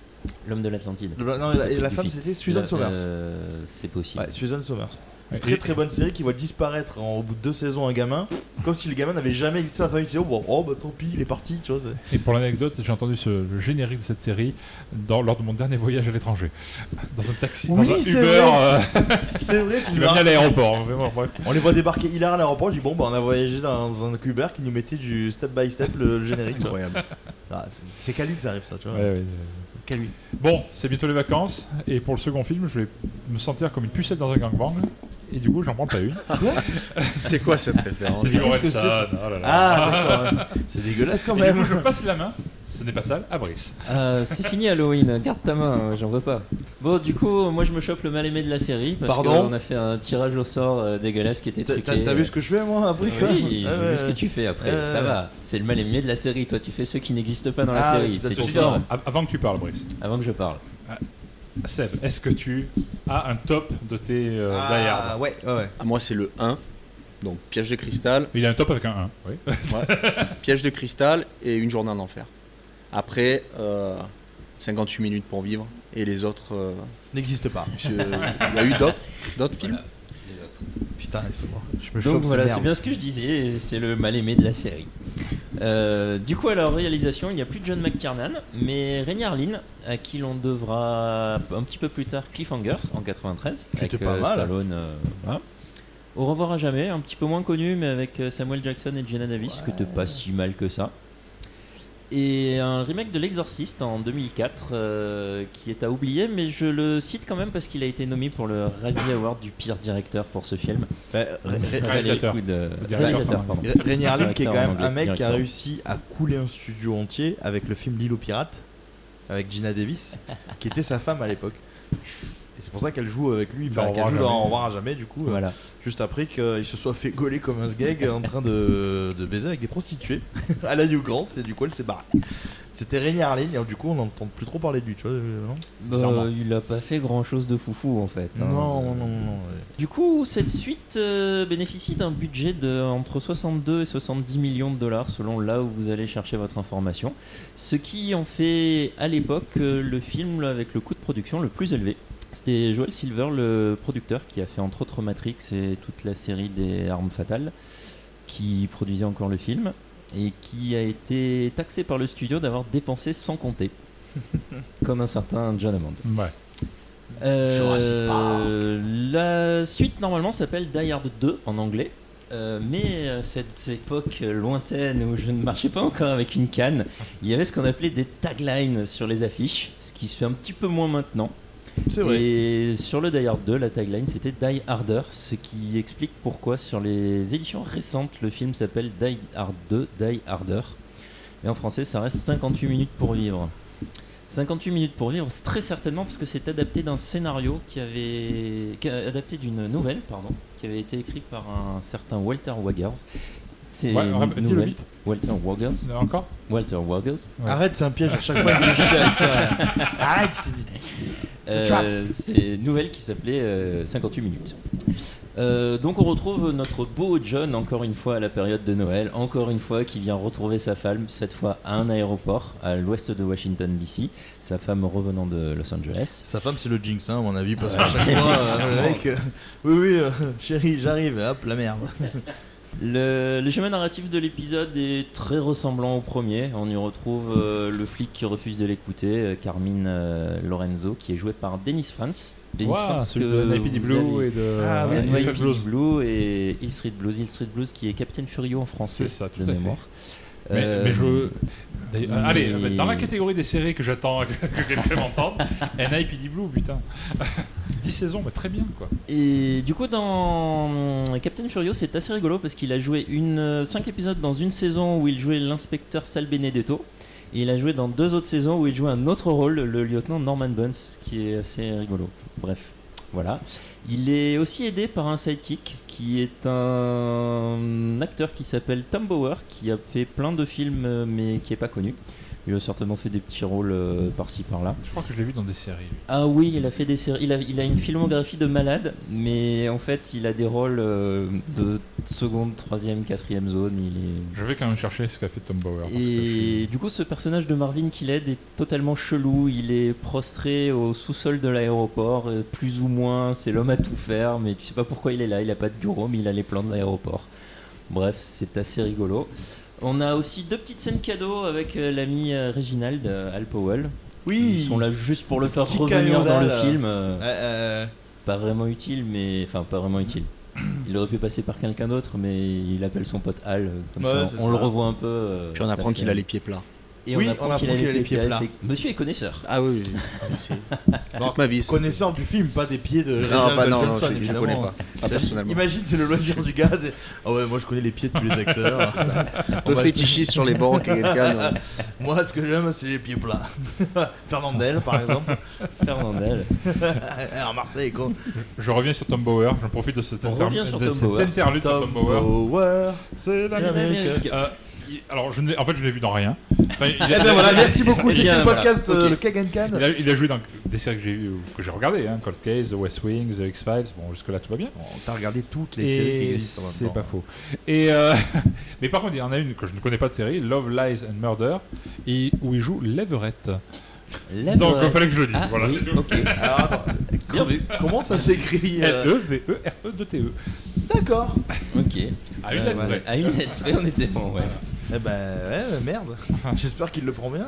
Speaker 6: L'homme de l'Atlantide.
Speaker 9: Le- non, et la- et la femme, c'était Susan
Speaker 6: Euh,
Speaker 9: Somers.
Speaker 6: euh, c'est possible.
Speaker 9: Ouais, Susan Somers.
Speaker 7: Ouais,
Speaker 9: Très
Speaker 7: et-
Speaker 9: très bonne série qui voit disparaître en, au bout de deux saisons un gamin, comme si le gamin n'avait jamais existé dans la famille. Tu sais, oh, bon, oh, bah tant pis, il est parti, tu vois. c'est-
Speaker 7: Et pour l'anecdote, j'ai entendu ce, le générique de cette série dans, lors de mon dernier voyage à l'étranger. Dans un taxi,
Speaker 9: Oui,
Speaker 7: dans un
Speaker 9: c'est
Speaker 7: Uber.
Speaker 9: vrai.
Speaker 7: euh,
Speaker 9: C'est vrai, tu
Speaker 7: qui
Speaker 9: l'as-
Speaker 7: va venir à l'aéroport. mais bon, bref.
Speaker 9: On les voit débarquer hilar à l'aéroport, je dis bon, bah on a voyagé dans un Uber qui nous mettait du step by step le, le générique. tu vois. Ah, c'est- c'est qu'à lui que ça arrive, ça, tu vois.
Speaker 7: Ouais, ouais, ouais.
Speaker 9: Qu'à lui.
Speaker 7: Bon, c'est bientôt les vacances. Et pour le second film, je vais me sentir comme une pucette dans un gangbang. Et du coup, j'en prends pas une.
Speaker 8: C'est quoi cette référence
Speaker 7: C'est du
Speaker 8: Qu'est-ce que
Speaker 7: Orelsan,
Speaker 8: c'est, ça
Speaker 7: oh là là.
Speaker 8: Ah, d'accord, ouais.
Speaker 9: C'est dégueulasse quand
Speaker 7: Et
Speaker 9: même.
Speaker 7: Du coup, je passe la main. Ce n'est pas sale à Brice.
Speaker 6: Euh, c'est fini Halloween, garde ta main, euh, j'en veux pas. Bon, du coup, moi je me chope le mal aimé de la série parce
Speaker 9: Pardon
Speaker 6: qu'on a fait un tirage au sort euh, dégueulasse qui était
Speaker 9: T'as-
Speaker 6: truqué.
Speaker 9: t'as- t'as vu ce que je fais, moi, après, quoi
Speaker 6: euh, Oui, j'ai
Speaker 9: Ah
Speaker 6: vu
Speaker 9: ouais.
Speaker 6: ce que tu fais après,
Speaker 9: Euh.
Speaker 6: ça va. C'est le mal aimé de la série, toi tu fais ceux qui n'existent pas dans la
Speaker 7: Ah,
Speaker 6: série,
Speaker 7: oui, c'est
Speaker 6: c'est
Speaker 7: pour
Speaker 6: trop
Speaker 7: ça.
Speaker 6: fort.
Speaker 7: Av- Avant que tu parles, Brice.
Speaker 6: Avant que je parle.
Speaker 7: Seb, est-ce que tu as un top de tes euh,
Speaker 9: Ah.
Speaker 7: Die Hard
Speaker 9: ouais,
Speaker 8: Ah, moi, c'est le 1. Donc, piège de cristal.
Speaker 7: Il a un top avec un 1. Oui.
Speaker 8: Ouais. piège de cristal et une journée en enfer. Après, euh, 58 minutes pour vivre. Et les autres. euh,
Speaker 9: N'existe pas.
Speaker 8: je- Il y a eu d'autres d'autres films
Speaker 9: Putain, c'est bon. Je me
Speaker 6: Donc
Speaker 9: chauffe,
Speaker 6: voilà,
Speaker 9: c'est
Speaker 6: c'est
Speaker 9: merde.
Speaker 6: bien ce que je disais, et c'est le mal aimé de la série. Euh, du coup, à leur réalisation, il n'y a plus de John McTiernan, mais Rainier Lynn, à qui l'on devra un petit peu plus tard Cliffhanger en 93,
Speaker 9: Qui
Speaker 6: avec
Speaker 9: était pas
Speaker 6: euh,
Speaker 9: mal.
Speaker 6: Stallone. euh, voilà. Au revoir à jamais, un petit peu moins connu, mais avec euh, Samuel Jackson et Jenna Davis, que t'es pas si mal que ça. Et un remake de L'Exorciste en 2004 euh, qui est à oublier, mais je le cite quand même parce qu'il a été nommé pour le Razzie Award du pire directeur pour ce film. Donc, ça valait le coup de- réalisateur, pardon.
Speaker 9: Rainier Harlin, qui est quand
Speaker 6: Directeur en
Speaker 9: même
Speaker 6: anglais,
Speaker 9: un mec qui a
Speaker 6: directeur.
Speaker 9: réussi à couler un studio entier avec le film L'île aux pirates, avec Gina Davis, qui était sa femme à l'époque. Et c'est pour ça qu'elle joue avec lui,
Speaker 7: Dans
Speaker 9: enfin,
Speaker 7: Au
Speaker 9: qu'elle
Speaker 7: revoir
Speaker 9: joue
Speaker 7: jamais.
Speaker 9: dans Au revoir à jamais, du coup. euh,
Speaker 6: Voilà.
Speaker 9: Juste après qu'il se soit fait gauler comme un sgeg en train de, de baiser avec des prostituées à la Hugh Grant, et du coup elle s'est barrée. C'était Rainier Harlin, et du coup on n'entend plus trop parler de lui, tu vois. euh, non
Speaker 6: Bah,
Speaker 9: Bizarrement.
Speaker 6: il a pas fait grand chose de foufou en fait. hein.
Speaker 9: Non, non, non, non, ouais.
Speaker 6: Du coup, cette suite euh, bénéficie d'un budget de entre 62 et 70 millions de dollars selon là où vous allez chercher votre information, ce qui en fait à l'époque euh, le film avec le coût de production le plus élevé. C'était Joel Silver, le producteur, qui a fait entre autres Matrix et toute la série des armes fatales, qui produisait encore le film et qui a été taxé par le studio d'avoir dépensé sans compter, comme un certain John Hammond.
Speaker 7: Ouais.
Speaker 6: Euh, la suite normalement s'appelle Die Hard 2 en anglais. Euh, mais euh, cette époque euh, lointaine où je ne marchais pas encore avec une canne, il y avait ce qu'on appelait des taglines sur les affiches, ce qui se fait un petit peu moins maintenant.
Speaker 9: C'est vrai.
Speaker 6: Et sur le Die Hard 2, la tagline c'était Die Harder, ce qui explique pourquoi sur les éditions récentes le film s'appelle Die Hard 2, Die Harder. Et en français ça reste 58 minutes pour vivre. 58 minutes pour vivre, c'est très certainement parce que c'est adapté d'un scénario qui avait. qui a- adapté d'une nouvelle, pardon, qui avait été écrite par un certain Walter Waggers. C'est
Speaker 7: Ouais,
Speaker 6: une
Speaker 7: rappelle- dis-le
Speaker 6: nouvelle.
Speaker 7: vite.
Speaker 6: Walter Waggers.
Speaker 7: Encore
Speaker 6: Walter Waggers.
Speaker 9: Arrête, c'est un piège à chaque fois. il est chiant avec ça. Arrête, je te dis. C'est trap.
Speaker 6: Euh, C'est une nouvelle qui s'appelait euh, 58 minutes. Euh, donc on retrouve notre beau John encore une fois à la période de Noël, encore une fois qui vient retrouver sa femme, cette fois à un aéroport à l'ouest de Washington DC, sa femme revenant de Los Angeles.
Speaker 9: Sa femme, c'est le Jinx, hein, à mon avis, parce
Speaker 6: Ah,
Speaker 9: qu'à chaque
Speaker 6: c'est-
Speaker 9: fois, euh, le mec, euh, oui, oui, euh, chérie, j'arrive, et hop, la merde.
Speaker 6: Le, le schéma narratif de l'épisode est très ressemblant au premier. On y retrouve euh, le flic qui refuse de l'écouter, euh, Carmine euh, Lorenzo, qui est joué par Dennis Franz. Dennis
Speaker 7: Ouah,
Speaker 6: Franz,
Speaker 7: celui de NYPD
Speaker 6: vous
Speaker 7: Blue
Speaker 6: avez-
Speaker 7: et de- Ah ouais, Hill Street
Speaker 6: NYPD
Speaker 7: Blues.
Speaker 6: Euh, Blue et Hill Street Blues. Hill Street Blues qui est Capitaine Furio en français,
Speaker 7: C'est ça, tout
Speaker 6: de
Speaker 7: à fait.
Speaker 6: mémoire. Euh,
Speaker 7: Mais, mais je. Euh, d'ailleurs,
Speaker 6: mais-
Speaker 7: Allez, dans la catégorie des séries que j'attends que que quelqu'un m'entende, NIPD Blue, putain. 10 saisons, bah, très bien quoi.
Speaker 6: Et du coup, dans Captain Furio, c'est assez rigolo parce qu'il a joué une 5 épisodes dans une saison où il jouait l'inspecteur Sal Benedetto. Et il a joué dans deux autres saisons où il jouait un autre rôle, le lieutenant Norman Buns, qui est assez rigolo. Bref, voilà. Il est aussi aidé par un sidekick qui est un acteur qui s'appelle Tom Bauer, qui a fait plein de films euh, mais qui est pas connu. Il a certainement fait des petits rôles euh, par-ci par-là.
Speaker 7: Je crois que je l'ai vu dans des séries. lui.
Speaker 6: Ah oui, il a fait des séries. Il a, il a une filmographie de malade, mais en fait, il a des rôles euh, de seconde, troisième, quatrième zone. Il est...
Speaker 7: Je vais quand même chercher ce qu'a fait Tom Bauer. parce que je-
Speaker 6: Et du coup, ce personnage de Marvin qu'il aide est totalement chelou. Il est prostré au sous-sol de l'aéroport, euh, plus ou moins. C'est l'homme à tout faire, mais tu sais pas pourquoi il est là. Il a pas de bureau, mais il a les plans de l'aéroport. Bref, c'est assez rigolo. On a aussi deux petites scènes cadeaux avec euh, l'ami euh, Reginald, euh, Al Powell.
Speaker 9: Oui.
Speaker 6: Ils sont là juste pour le faire
Speaker 9: Petit
Speaker 6: revenir dans le
Speaker 9: caméodal,
Speaker 6: film.
Speaker 9: euh, euh,
Speaker 6: Pas vraiment utile, mais. Enfin, pas vraiment utile. Il aurait pu passer par quelqu'un d'autre, mais il appelle son pote Al. euh, Comme
Speaker 8: Ouais,
Speaker 6: ça,
Speaker 8: c'est
Speaker 6: on
Speaker 8: ça.
Speaker 6: le revoit un peu. euh,
Speaker 8: Puis on
Speaker 6: ça
Speaker 8: apprend
Speaker 6: fait-
Speaker 8: qu'il a les pieds plats.
Speaker 6: Et
Speaker 9: Oui,
Speaker 6: on apprend, qu'il a, les pieds plats. effectivement. Monsieur est connaisseur.
Speaker 8: Ah oui, oui, oui, c'est- Toute ma vie. c'est-
Speaker 9: Connaisseur du film, pas des pieds de.
Speaker 8: Non,
Speaker 9: Reginald
Speaker 8: bah non,
Speaker 9: Johnson,
Speaker 8: non, je- je
Speaker 9: évidemment.
Speaker 8: connais pas. Pas personnellement.
Speaker 9: Imagine, c'est le loisir du gars. c'est- Ah ouais, moi je connais les pieds de tous les acteurs.
Speaker 8: C'est ça. Un peu
Speaker 9: On va-
Speaker 8: fétichiste sur les bancs, quelqu'un, ouais.
Speaker 9: Moi, ce que j'aime, c'est les pieds plats. Fernandel, par exemple.
Speaker 6: Fernandel.
Speaker 9: Alors, Marseille, quoi.
Speaker 7: Je reviens sur Tom Bauer, j'en profite de cette,
Speaker 9: On
Speaker 7: inter-
Speaker 9: revient sur
Speaker 7: de
Speaker 9: Tom
Speaker 7: cette
Speaker 9: Bauer.
Speaker 7: interlude sur
Speaker 9: Tom
Speaker 7: Tom Bauer.
Speaker 9: Bauer,
Speaker 7: c'est
Speaker 9: l'Amérique.
Speaker 7: l'Amérique. Euh, il- alors, je n'ai- en fait, je l'ai vu dans rien. Enfin, il-
Speaker 9: Eh ben voilà, merci beaucoup,
Speaker 7: Eh
Speaker 9: c'était
Speaker 7: bien,
Speaker 9: le podcast,
Speaker 7: voilà.
Speaker 9: euh,
Speaker 7: Ok.
Speaker 9: le Keg and Can.
Speaker 7: Il a, il a joué dans des séries que j'ai vues- que j'ai regardées hein, Cold Case, The West Wing, The X-Files. Bon, jusque-là, tout va bien.
Speaker 9: On t'a regardé toutes les
Speaker 7: Et
Speaker 9: séries qui existent en même temps.
Speaker 7: C'est pas faux. Et euh, mais par contre, il y en a une que je ne connais pas de série, Love, Lies and Murder, et où il joue Leverett.
Speaker 6: Leverett.
Speaker 7: Donc, il fallait que je le dise.
Speaker 6: Ah,
Speaker 7: voilà,
Speaker 6: oui,
Speaker 7: c'est tout.
Speaker 6: ok. Alors, attends, Bien vu.
Speaker 9: comment ça s'écrit,
Speaker 7: Eh,
Speaker 9: euh
Speaker 7: E L-E-V-E-R-E-2-T-E.
Speaker 9: D'accord.
Speaker 6: Ok.
Speaker 7: E.
Speaker 6: Euh,
Speaker 7: À une lettre près.
Speaker 6: À une lettre près, on était bon, ouais.
Speaker 9: Eh ben ouais, merde. J'espère qu'il le prend bien.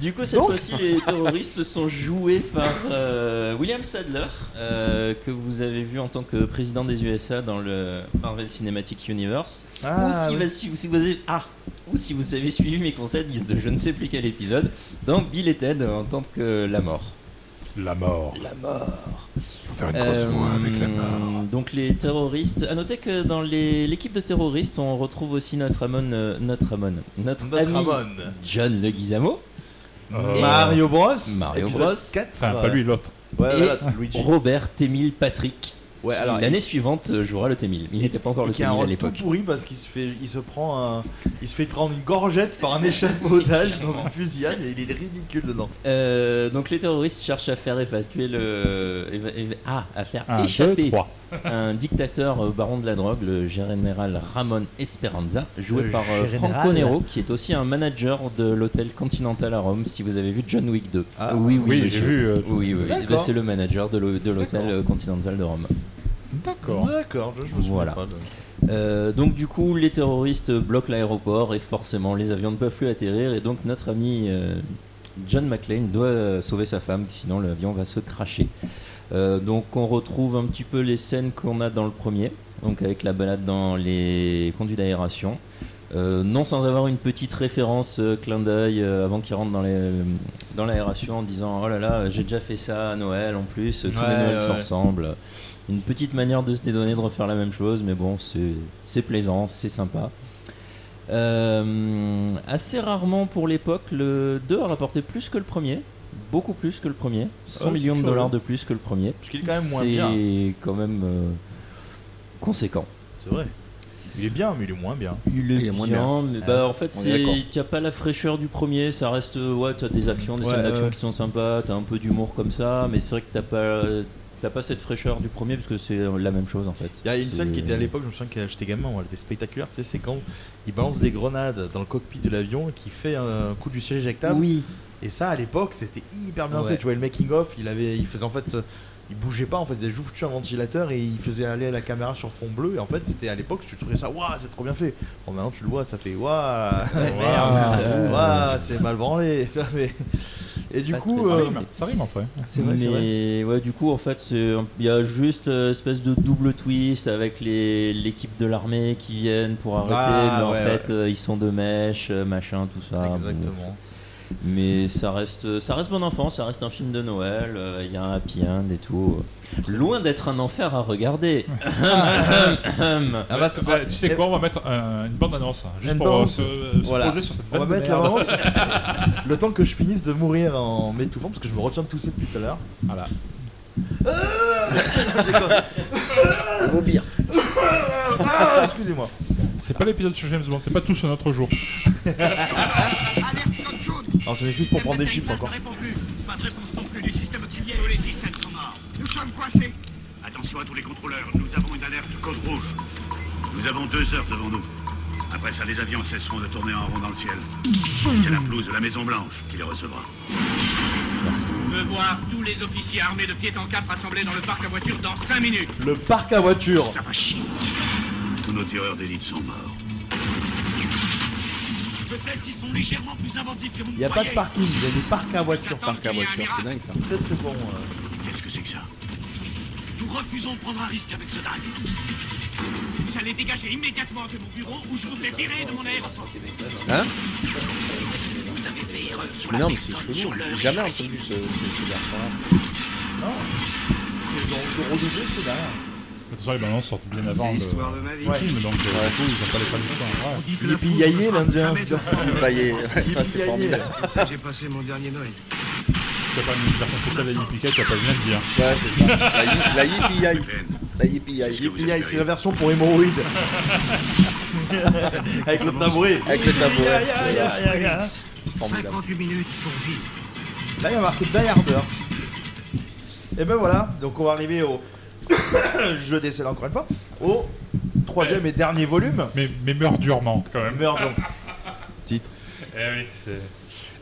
Speaker 6: Du coup, cette
Speaker 9: Donc-
Speaker 6: fois-ci, les terroristes sont joués par euh, William Sadler, euh, que vous avez vu en tant que président des USA dans le Marvel Cinematic Universe.
Speaker 9: Ah,
Speaker 6: ou, si
Speaker 9: oui.
Speaker 6: vous- si vous, si vous avez, ah, ou si vous avez suivi mes conseils de je ne sais plus quel épisode, dans Bill et Ted en tant que la mort.
Speaker 7: La mort.
Speaker 6: La mort. Faut
Speaker 7: faire une grosse voix avec la mort.
Speaker 6: Euh, Donc les terroristes. À noter que dans les- l'équipe de terroristes, on retrouve aussi notre Amon, euh, notre Amon, notre,
Speaker 9: Notre
Speaker 6: ami
Speaker 9: Amon.
Speaker 6: John Le Guisamo.
Speaker 9: Euh,
Speaker 6: Et-
Speaker 9: Mario Bros,
Speaker 6: Mario
Speaker 9: épisode
Speaker 6: Bros.
Speaker 9: quatre. Enfin, pas lui, l'autre. Ouais,
Speaker 6: et
Speaker 9: ouais, l'autre, Luigi.
Speaker 6: Robert Témil Patrick.
Speaker 9: Ouais, alors,
Speaker 6: L'année suivante euh, jouera le Témil. Il n'était pas encore
Speaker 9: Et
Speaker 6: le
Speaker 9: qui a un
Speaker 6: Témil à
Speaker 9: rôle tout
Speaker 6: l'époque.
Speaker 9: pourri parce qu'il se fait, il se prend, un- il se fait prendre une gorgette par un échafaudage dans une fusillade et il est ridicule dedans.
Speaker 6: Euh, donc les terroristes cherchent à faire effactuer le éva- éva- ah, à faire
Speaker 9: Un, deux,
Speaker 6: échapper
Speaker 9: trois.
Speaker 6: un dictateur euh, baron de la drogue, le général Ramon Esperanza, joué
Speaker 9: Le
Speaker 6: par euh,
Speaker 9: général.
Speaker 6: Franco Nero, qui est aussi un manager de l'hôtel Continental à Rome. Si vous avez vu John Wick 2,
Speaker 9: Ah,
Speaker 6: oui, oui,
Speaker 7: oui,
Speaker 6: monsieur.
Speaker 7: j'ai vu, euh,
Speaker 6: oui, oui, oui.
Speaker 7: D'accord.
Speaker 6: Eh ben, c'est le manager de l'hô- de l'hôtel euh, Continental de Rome.
Speaker 7: D'accord.
Speaker 9: D'accord, je, je me souviens
Speaker 6: Voilà.
Speaker 9: pas de-
Speaker 6: Euh, donc du coup, les terroristes bloquent l'aéroport et forcément, les avions ne peuvent plus atterrir et donc notre ami euh, John McClane doit euh, sauver sa femme, sinon l'avion va se cracher. Euh, donc on retrouve un petit peu les scènes qu'on a dans le premier, donc avec la balade dans les conduits d'aération. Euh, non sans avoir une petite référence euh, clin d'œil euh, avant qu'il rentre dans, les, dans l'aération en disant oh là là j'ai déjà fait ça à Noël en plus tous
Speaker 9: Ouais,
Speaker 6: les Noëls
Speaker 9: ouais,
Speaker 6: sont
Speaker 9: ouais.
Speaker 6: ensemble une petite manière de se dédonner de refaire la même chose mais bon c'est, c'est plaisant c'est sympa Euh, assez rarement pour l'époque le 2 a rapporté plus que le premier beaucoup plus que le premier 100
Speaker 9: Oh, c'est
Speaker 6: millions de
Speaker 9: curieux.
Speaker 6: dollars de plus que le premier
Speaker 9: Ce qui est quand même moins
Speaker 6: c'est
Speaker 9: bien.
Speaker 6: quand même euh, conséquent
Speaker 9: C'est vrai. Il est bien, mais il est moins bien.
Speaker 6: Il est, bien, mais bah, en fait, c'est t'as pas la fraîcheur du premier, ça reste euh, ouais, t'as des actions, des
Speaker 9: Ouais,
Speaker 6: scènes
Speaker 9: ouais,
Speaker 6: d'action
Speaker 9: ouais.
Speaker 6: qui sont sympas, t'as un peu d'humour comme ça, mais c'est vrai que t'as pas t'as pas cette fraîcheur du premier parce que c'est la même chose en fait.
Speaker 9: Il y a une
Speaker 6: C'est-
Speaker 9: scène qui était à l'époque, je me souviens que j'étais gamin, moi, elle était spectaculaire. Tu sais, c'est quand il balance des grenades dans le cockpit de l'avion et qui fait un coup du siège
Speaker 8: euh.
Speaker 9: éjectable.
Speaker 6: Oui.
Speaker 9: Et ça, à l'époque, c'était hyper bien
Speaker 6: Ouais.
Speaker 9: fait. Tu vois, le making of, il avait, il faisait en fait, euh, il bougeait pas, en fait, il avait juste foutu un ventilateur et il faisait aller la caméra sur fond bleu. Et en fait, c'était à l'époque, tu trouvais ça, waouh, c'est trop bien fait. Bon, maintenant, tu le vois, ça fait, waouh, merde,
Speaker 7: euh, ouais.
Speaker 9: waouh, c'est mal branlé. tu vois, mais- Et du coup,
Speaker 7: ça
Speaker 9: euh,
Speaker 7: rime, ça rime en vrai.
Speaker 9: C'est vrai, c'est
Speaker 6: Mais ouais, du coup, en fait, c'est un- il y a juste euh, espèce de double twist avec les- l'équipe de l'armée qui viennent pour arrêter,
Speaker 9: Ah,
Speaker 6: mais en
Speaker 9: ouais,
Speaker 6: fait, euh, ils sont de mèche, euh, machin, tout
Speaker 7: Ah,
Speaker 6: ça. Bon.
Speaker 9: Exactement.
Speaker 6: Mais ça reste, ça reste bon enfant, ça reste un film de Noël, euh, il y a un happy end et tout. Loin d'être un enfer à regarder. Ah,
Speaker 7: Ouais, Ah, bah,
Speaker 6: bah,
Speaker 7: ouais, Euh, tu sais quoi, on va mettre euh, une bande-annonce, hein, juste
Speaker 9: Une
Speaker 7: pour euh,
Speaker 9: bande-
Speaker 7: se, euh, se
Speaker 9: Voilà.
Speaker 7: poser sur cette
Speaker 9: On va
Speaker 7: vanne de
Speaker 9: mettre la
Speaker 7: merde.
Speaker 9: balance le temps que je finisse de mourir en m'étouffant parce que je me retiens de tousser depuis tout à l'heure.
Speaker 7: Voilà.
Speaker 9: Vomir. Ah, excusez-moi.
Speaker 7: C'est pas l'épisode sur James Bond, c'est pas tous un autre jour.
Speaker 9: Alors c'est juste pour prendre des chips encore.
Speaker 11: Pas de réponse non plus du système auxiliaire où les systèmes sont morts. Nous sommes coincés. Attention à tous les contrôleurs, nous avons une alerte code rouge. Nous avons deux heures devant nous. Après ça, les avions cesseront de tourner en rond dans le ciel. C'est la pelouse de la Maison Blanche qui les recevra.
Speaker 12: Me voir tous les officiers armés de pied en cap rassemblés dans le parc à voiture dans 5 minutes.
Speaker 9: Le parc à voiture.
Speaker 11: Ça va chier. Tous nos tireurs d'élite sont morts. Peut-être qu'ils sont légèrement plus inventifs que vous
Speaker 9: Il n'y a pas de parking, il y a des parcs à voiture.
Speaker 8: Parc à voiture, c'est dingue ça.
Speaker 9: Très très bon.
Speaker 11: Qu'est-ce que c'est que ça Nous refusons de prendre un risque avec ce dingue.
Speaker 12: Vous allez dégager immédiatement de mon bureau ou je vous fais virer de mon aéroport.
Speaker 8: Hein
Speaker 11: Vous avez payé sur
Speaker 8: Mais
Speaker 11: la
Speaker 8: non, mais c'est
Speaker 11: personne,
Speaker 8: chelou.
Speaker 11: sur le
Speaker 8: J'ai jamais entendu ce, ce- ces garçons-là.
Speaker 9: Ils ont toujours redoublé, c'est derrière.
Speaker 7: Attention, les bandes sortent bien avant le,
Speaker 9: l'histoire de ma vie.
Speaker 7: le film, donc euh, du coup, ils ont pas les traductions. Ouais.
Speaker 9: Il est piaillé l'Indien.
Speaker 8: ça c'est formidable.
Speaker 12: Comme ça que j'ai passé mon dernier Noël.
Speaker 7: Tu vas faire une version spéciale à Yippee tu vas pas bien le dire.
Speaker 8: Ouais, c'est ça. La yippie La yippie
Speaker 9: Piaille, c'est la version pour hémorroïdes. Avec le tabouret.
Speaker 8: Avec le tabouret.
Speaker 9: Aïe, aïe, aïe, aïe, aïe.
Speaker 8: Formidable.
Speaker 11: 58 minutes pour vivre.
Speaker 9: Là, il y a marqué Die Harder. Et ben voilà, donc on va arriver au. Je décède encore une fois. Au troisième et dernier volume.
Speaker 7: Mais, mais meurs durement, quand même.
Speaker 9: Meurs donc. Titre.
Speaker 7: Eh oui, c'est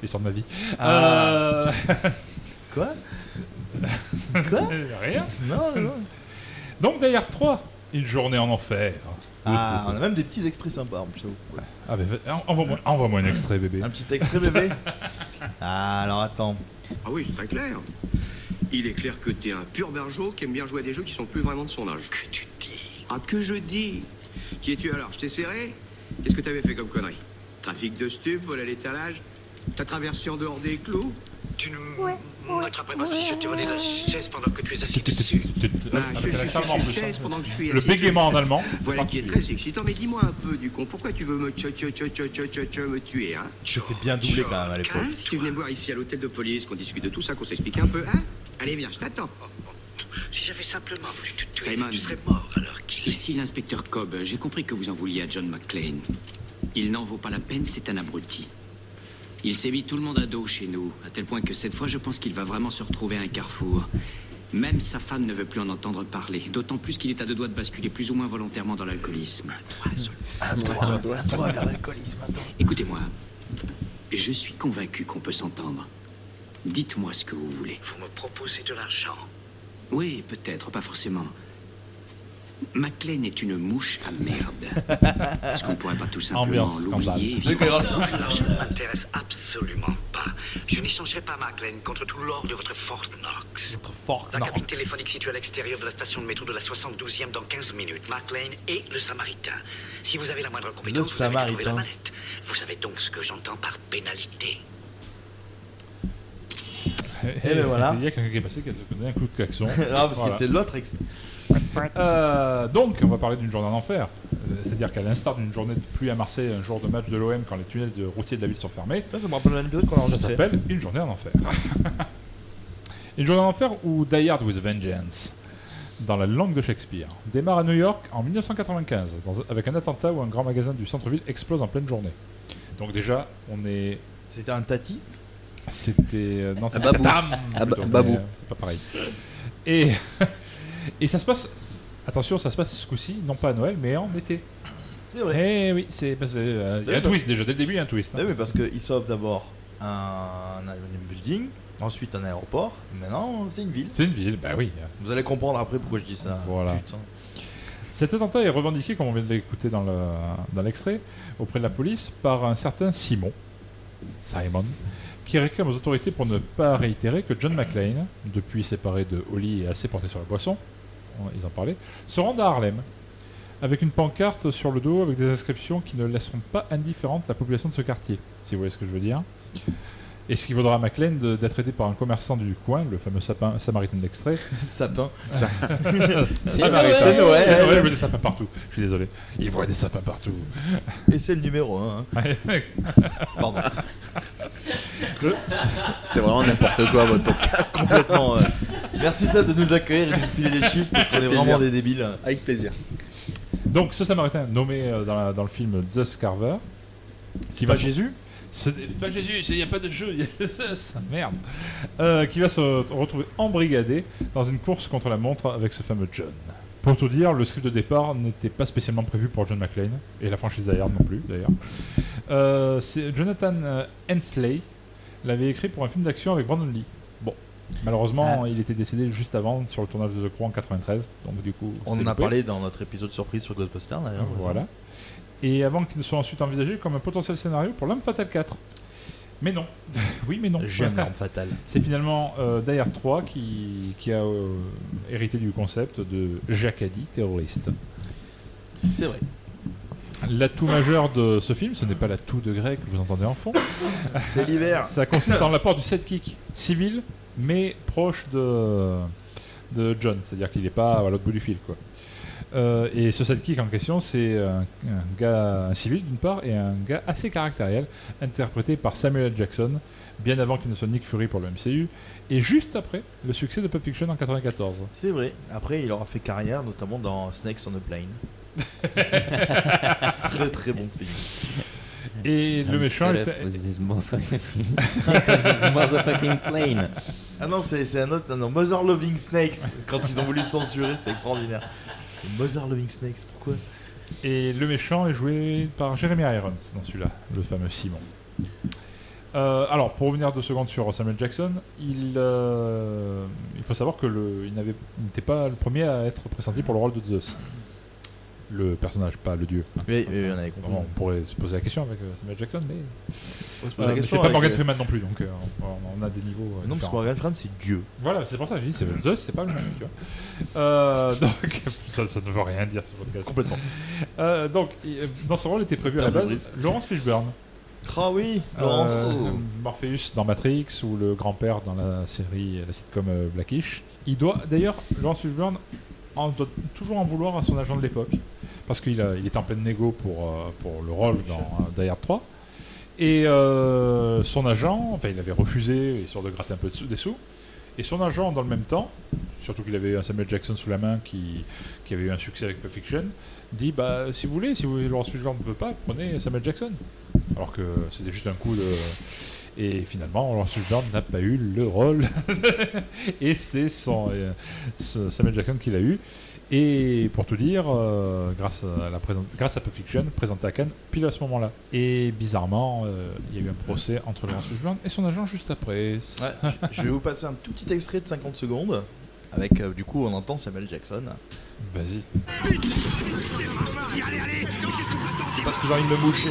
Speaker 7: l'histoire de ma vie.
Speaker 9: Ah.
Speaker 7: Euh,
Speaker 9: Quoi Quoi
Speaker 7: Rien
Speaker 9: Non, non.
Speaker 7: Donc, d'ailleurs, 3, une journée en enfer.
Speaker 9: Ah, on a même des petits extraits sympas en plus.
Speaker 7: Ah, ben, en- envoie-moi envoie un extrait, bébé.
Speaker 9: Un petit extrait, bébé Ah, alors attends.
Speaker 13: Ah oui, c'est très clair. Il est clair que t'es un pur barjo qui aime bien jouer à des jeux qui sont plus vraiment de son âge. Que tu dis Ah, que je dis Qui es-tu alors Je t'ai serré Qu'est-ce que t'avais fait comme connerie Trafic de stupes, vol à l'étalage T'as traversé en dehors des clous Tu ne m'attraperas pas si je t'ai volé la chaise pendant que tu es assis dessus.
Speaker 7: Ah, avec un accent en plus, hein.
Speaker 13: pendant que je suis
Speaker 7: Le
Speaker 13: assis
Speaker 7: bégaiement
Speaker 13: dessus.
Speaker 7: en allemand, c'est
Speaker 13: Voilà qui est
Speaker 7: particulier.
Speaker 13: très excitant, mais dis-moi un peu du con, pourquoi tu veux me tcho- tcho- tcho- tcho- tcho- tcho- tcho- me tuer, hein
Speaker 9: J'étais bien doublé quand même à l'époque.
Speaker 13: Hein, si tu venais me voir ici à l'hôtel de police, qu'on discute de tout ça, qu'on s'explique un peu, hein Allez, viens, je t'attends. Si j'avais simplement voulu te tuer,
Speaker 10: Simon.
Speaker 13: tu serais mort alors qu'il
Speaker 10: Ici l'inspecteur Cobb, j'ai compris que vous en vouliez à John McClane. Il n'en vaut pas la peine, c'est un abruti. Il s'est mis tout le monde à dos chez nous, à tel point que cette fois je pense qu'il va vraiment se retrouver à un carrefour. Même sa femme ne veut plus en entendre parler, d'autant plus qu'il est à deux doigts de basculer plus ou moins volontairement dans l'alcoolisme. Un doigt
Speaker 9: Un doigt, un doigt vers l'alcoolisme, attends.
Speaker 10: Écoutez-moi, je suis convaincu qu'on peut s'entendre. Dites-moi ce que vous voulez.
Speaker 13: Vous me proposez de l'argent.
Speaker 10: Oui, peut-être, pas forcément. McLean est une mouche à merde. Est-ce qu'on pourrait pas tout simplement
Speaker 7: Ambiance,
Speaker 10: l'oublier
Speaker 7: scandale.
Speaker 10: vivre
Speaker 7: Non, non,
Speaker 14: Je ne m'intéresse absolument pas. Je n'échangerai pas McLean contre tout l'or de votre Fort Knox. La cabine téléphonique située à l'extérieur de la station de métro de la 72e dans 15 minutes. McLean et le Samaritain. Si vous avez la moindre compétence, vous savez trouver la
Speaker 9: Samaritain.
Speaker 14: mallette. Vous savez donc ce que j'entends par pénalité.
Speaker 9: Eh ben voilà.
Speaker 7: Il y a quelqu'un qui est passé qui a donné un coup de klaxon.
Speaker 9: Ah, parce
Speaker 7: Voilà.
Speaker 9: que c'est l'autre ex.
Speaker 7: Euh, donc, on va parler d'une journée en enfer. Euh, C'est-à-dire qu'à l'instar d'une journée de pluie à Marseille, un jour de match de l'OM quand les tunnels de routiers de la ville sont fermés,
Speaker 9: Ça, ça me rappelle un épisode qu'on a
Speaker 7: ça
Speaker 9: enregistré.
Speaker 7: s'appelle Une journée en enfer. une journée en enfer ou Die Hard with Vengeance, dans la langue de Shakespeare, démarre à New York en 1995, dans un- avec un attentat où un grand magasin du centre-ville explose en pleine journée. Donc déjà, on est...
Speaker 9: C'était un tati
Speaker 7: C'était... euh, non,
Speaker 9: Un
Speaker 7: c'était
Speaker 9: Ah, babou.
Speaker 7: tatam,
Speaker 9: Un ba-
Speaker 7: plutôt,
Speaker 9: babou.
Speaker 7: mais, euh, C'est pas pareil. Et, et ça se passe... Attention, ça se passe ce coup-ci, non pas à Noël, mais en été.
Speaker 9: C'est vrai.
Speaker 7: Eh oui, c'est... parce que, euh, Il y a un
Speaker 9: Parce-
Speaker 7: twist déjà, dès le début il y a un twist. hein.
Speaker 9: Eh Oui, mais parce qu'ils sauvent d'abord un, un building, ensuite un aéroport, maintenant c'est une ville.
Speaker 7: C'est une ville, bah oui.
Speaker 9: Vous allez comprendre après pourquoi je dis ça.
Speaker 7: Voilà.
Speaker 9: Putain.
Speaker 7: Cet attentat est revendiqué, comme on vient de l'écouter dans le- dans l'extrait, auprès de la police par un certain Simon, Simon, qui réclame aux autorités pour ne pas réitérer que John McLean, depuis séparé de Holly et assez porté sur la boisson, on- ils en parlaient, se rende à Harlem, avec une pancarte sur le dos avec des inscriptions qui ne laisseront pas indifférente la population de ce quartier, si vous voyez ce que je veux dire. Et ce qui vaudra à McLean de- d'être aidé par un commerçant du coin, le fameux sapin, samaritain de l'extrait.
Speaker 9: Sapin.
Speaker 7: Ça-
Speaker 9: C'est
Speaker 7: Samaritain.
Speaker 9: Noël. C'est Noël.
Speaker 7: C'est je vois des sapins partout. Je suis désolé. Il voit des sapins partout.
Speaker 9: Et c'est le numéro 1. Pardon.
Speaker 8: C'est vraiment n'importe quoi votre podcast.
Speaker 9: Complètement. ouais. euh, Merci Seb de nous accueillir et de nous filer des chiffres parce qu'on est
Speaker 8: Plaisir.
Speaker 9: vraiment des débiles.
Speaker 8: Avec plaisir.
Speaker 7: Donc ce samaritain, nommé euh, dans, la- dans le film Zeus Carver. qui
Speaker 9: pas
Speaker 7: se-
Speaker 9: Jésus
Speaker 7: Ce n'est pas Jésus, il n'y a pas de jeu, il y a Zeus, merde. Euh, qui va se retrouver embrigadé dans une course contre la montre avec ce fameux John. Pour tout dire, le script de départ n'était pas spécialement prévu pour John McClane, et la franchise Die Hard non plus d'ailleurs. Euh, c'est Jonathan euh, Hensley l'avait écrit pour un film d'action avec Brandon Lee. Bon, malheureusement, il était décédé juste avant sur le tournage de The Crow en 93, donc du coup.
Speaker 9: On en
Speaker 7: c'était
Speaker 9: a
Speaker 7: loupé.
Speaker 9: parlé dans notre épisode surprise sur Ghostbusters d'ailleurs.
Speaker 7: Voilà. Et avant qu'il ne soit ensuite envisagé comme un potentiel scénario pour l'homme fatal 4. Mais non. oui, mais non.
Speaker 9: J'aime l'arme fatale.
Speaker 7: C'est finalement euh, Die Hard 3 qui, qui a euh, hérité du concept de Jacadi terroriste.
Speaker 9: C'est vrai.
Speaker 7: L'atout majeur de ce film, ce n'est pas l'atout de Greg que vous entendez en fond.
Speaker 9: C'est l'hiver.
Speaker 7: Ça consiste en l'apport du sidekick civil, mais proche de, de John. C'est-à-dire qu'il n'est pas à l'autre bout du fil. Quoi. Euh, et ce sidekick en question, c'est un, un gars un civil d'une part et un gars assez caractériel, interprété par Samuel L. Jackson, bien avant qu'il ne soit Nick Fury pour le MCU, et juste après le succès de Pulp Fiction en 94.
Speaker 9: C'est vrai. Après, il aura fait carrière, notamment dans Snakes on a Plane. très très bon film.
Speaker 7: Et le méchant était.
Speaker 6: motherfucking plane.
Speaker 9: Ah non, c'est c'est un autre. Non, non, Mother Loving Snakes. Quand ils ont voulu censurer, c'est extraordinaire. Mother Loving Snakes, pourquoi
Speaker 7: Et le méchant est joué par Jeremy Irons dans celui-là, le fameux Simon. Euh, alors, pour revenir deux secondes sur Samuel Jackson, il, euh, il faut savoir que le- il n'avait- il n'était pas le premier à être pressenti pour le rôle de Zeus. Le personnage, pas le dieu.
Speaker 9: Oui, oui, oui, on avait compris.
Speaker 7: Bon, on pourrait se poser la question avec euh, Samuel Jackson, mais.
Speaker 9: On se pose la
Speaker 7: mais c'est
Speaker 9: question
Speaker 7: pas
Speaker 9: avec,
Speaker 7: Morgan
Speaker 9: euh,
Speaker 7: Freeman non plus, donc euh, on, on a des niveaux. euh,
Speaker 9: Non, parce que
Speaker 7: différents.
Speaker 9: Morgan Freeman, c'est Dieu.
Speaker 7: Voilà, c'est pour ça que je dis, c'est Zeus, c'est pas le même, tu vois. Euh, donc, ça, ça ne veut rien dire, ce podcast.
Speaker 9: Complètement.
Speaker 7: Euh, donc, il- euh, dans ce rôle était prévu à la
Speaker 9: Terminé.
Speaker 7: base Laurence Fishburne.
Speaker 9: Ah oui,
Speaker 7: Euh,
Speaker 9: Laurence.
Speaker 7: Morpheus dans Matrix ou le grand-père dans la série, la sitcom euh, Blackish. Il doit, d'ailleurs, Laurence Fishburne en doit toujours en vouloir à son agent de l'époque. Parce qu'il a- il est en pleine négo pour, euh, pour le rôle dans euh, Die Hard 3. Et euh, son agent, enfin, il avait refusé, histoire de gratter un peu de sous- des sous. Et son agent, dans le même temps, surtout qu'il avait eu un Samuel Jackson sous la main qui, qui avait eu un succès avec Pulp Fiction, dit bah, si vous voulez, si vous, Laurence Fishburne ne veut pas, prenez Samuel Jackson. Alors que c'était juste un coup de. Et finalement, Laurence Fishburne n'a pas eu le rôle. et c'est son, euh, ce Samuel Jackson qui l'a eu. Et pour tout dire, euh, grâce, à la présent- grâce à Pulp Fiction, présenté à Cannes pile à ce moment-là. Et bizarrement, euh, il y a eu un procès entre Laurence Fishburne et son agent juste après.
Speaker 9: Ouais, je- je vais vous passer un tout petit extrait de 50 secondes. Avec, euh, du coup, on entend Samuel Jackson.
Speaker 7: Vas-y.
Speaker 11: Allez, allez
Speaker 9: C'est parce que j'ai envie de me moucher.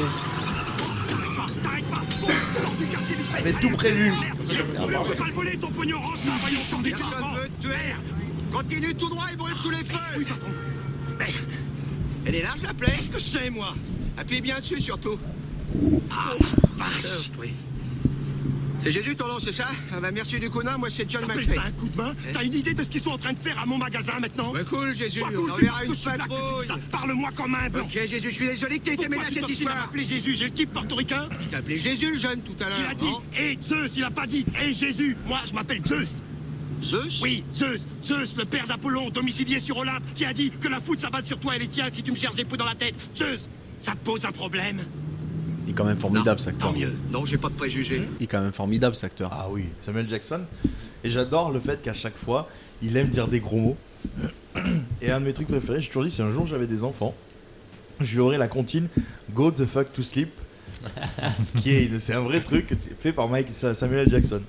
Speaker 9: J'avais tout prévu.
Speaker 11: Personne veut te tuer Continue tout droit et brûle sous les feux Merde Elle est là, je l'appelais Qu'est-ce que je sais, moi Appuie bien dessus, surtout Ah, vache C'est Jésus ton nom, c'est ça Ah bah merci du coup de main, moi c'est John
Speaker 15: T'appelles
Speaker 11: McPhee.
Speaker 15: ça un coup de main
Speaker 11: Eh
Speaker 15: T'as une idée de ce qu'ils sont en train de faire à mon magasin maintenant
Speaker 11: Sois cool, Jésus,
Speaker 15: Sois
Speaker 11: on
Speaker 15: cool, c'est
Speaker 11: enverra
Speaker 15: parce
Speaker 11: une
Speaker 15: que je suis là que tu dis ça. Parle-moi comme un blanc.
Speaker 11: Ok, Jésus, je suis désolé que t'aies été
Speaker 15: Pourquoi tu
Speaker 11: ménage cette
Speaker 15: t'obstines à
Speaker 11: histoire.
Speaker 15: m'appeler Jésus J'ai le type portoricain
Speaker 11: Il t'a appelé Jésus, le jeune, tout à l'heure.
Speaker 15: Il a dit
Speaker 11: non
Speaker 15: Hé Zeus, il a pas dit Hé Jésus Moi, je m'appelle Zeus
Speaker 11: Zeus
Speaker 15: Oui, Zeus Zeus, le père d'Apollon, domicilié sur Olympe, qui a dit que la foudre s'abatte sur toi et les tiens si tu me cherches des poux dans la tête. Zeus, ça te pose un problème
Speaker 8: Il est quand même formidable, cet acteur.
Speaker 11: Non, j'ai pas de préjugés.
Speaker 8: Il est quand même formidable, cet acteur.
Speaker 9: Ah oui, Samuel Jackson. Et j'adore le fait qu'à chaque fois, il aime dire des gros mots. Et un de mes trucs préférés, j'ai toujours dit, si un jour j'avais des enfants, je lui aurais la comptine Go the fuck to sleep. qui est, c'est un vrai truc fait par Mike Samuel Jackson.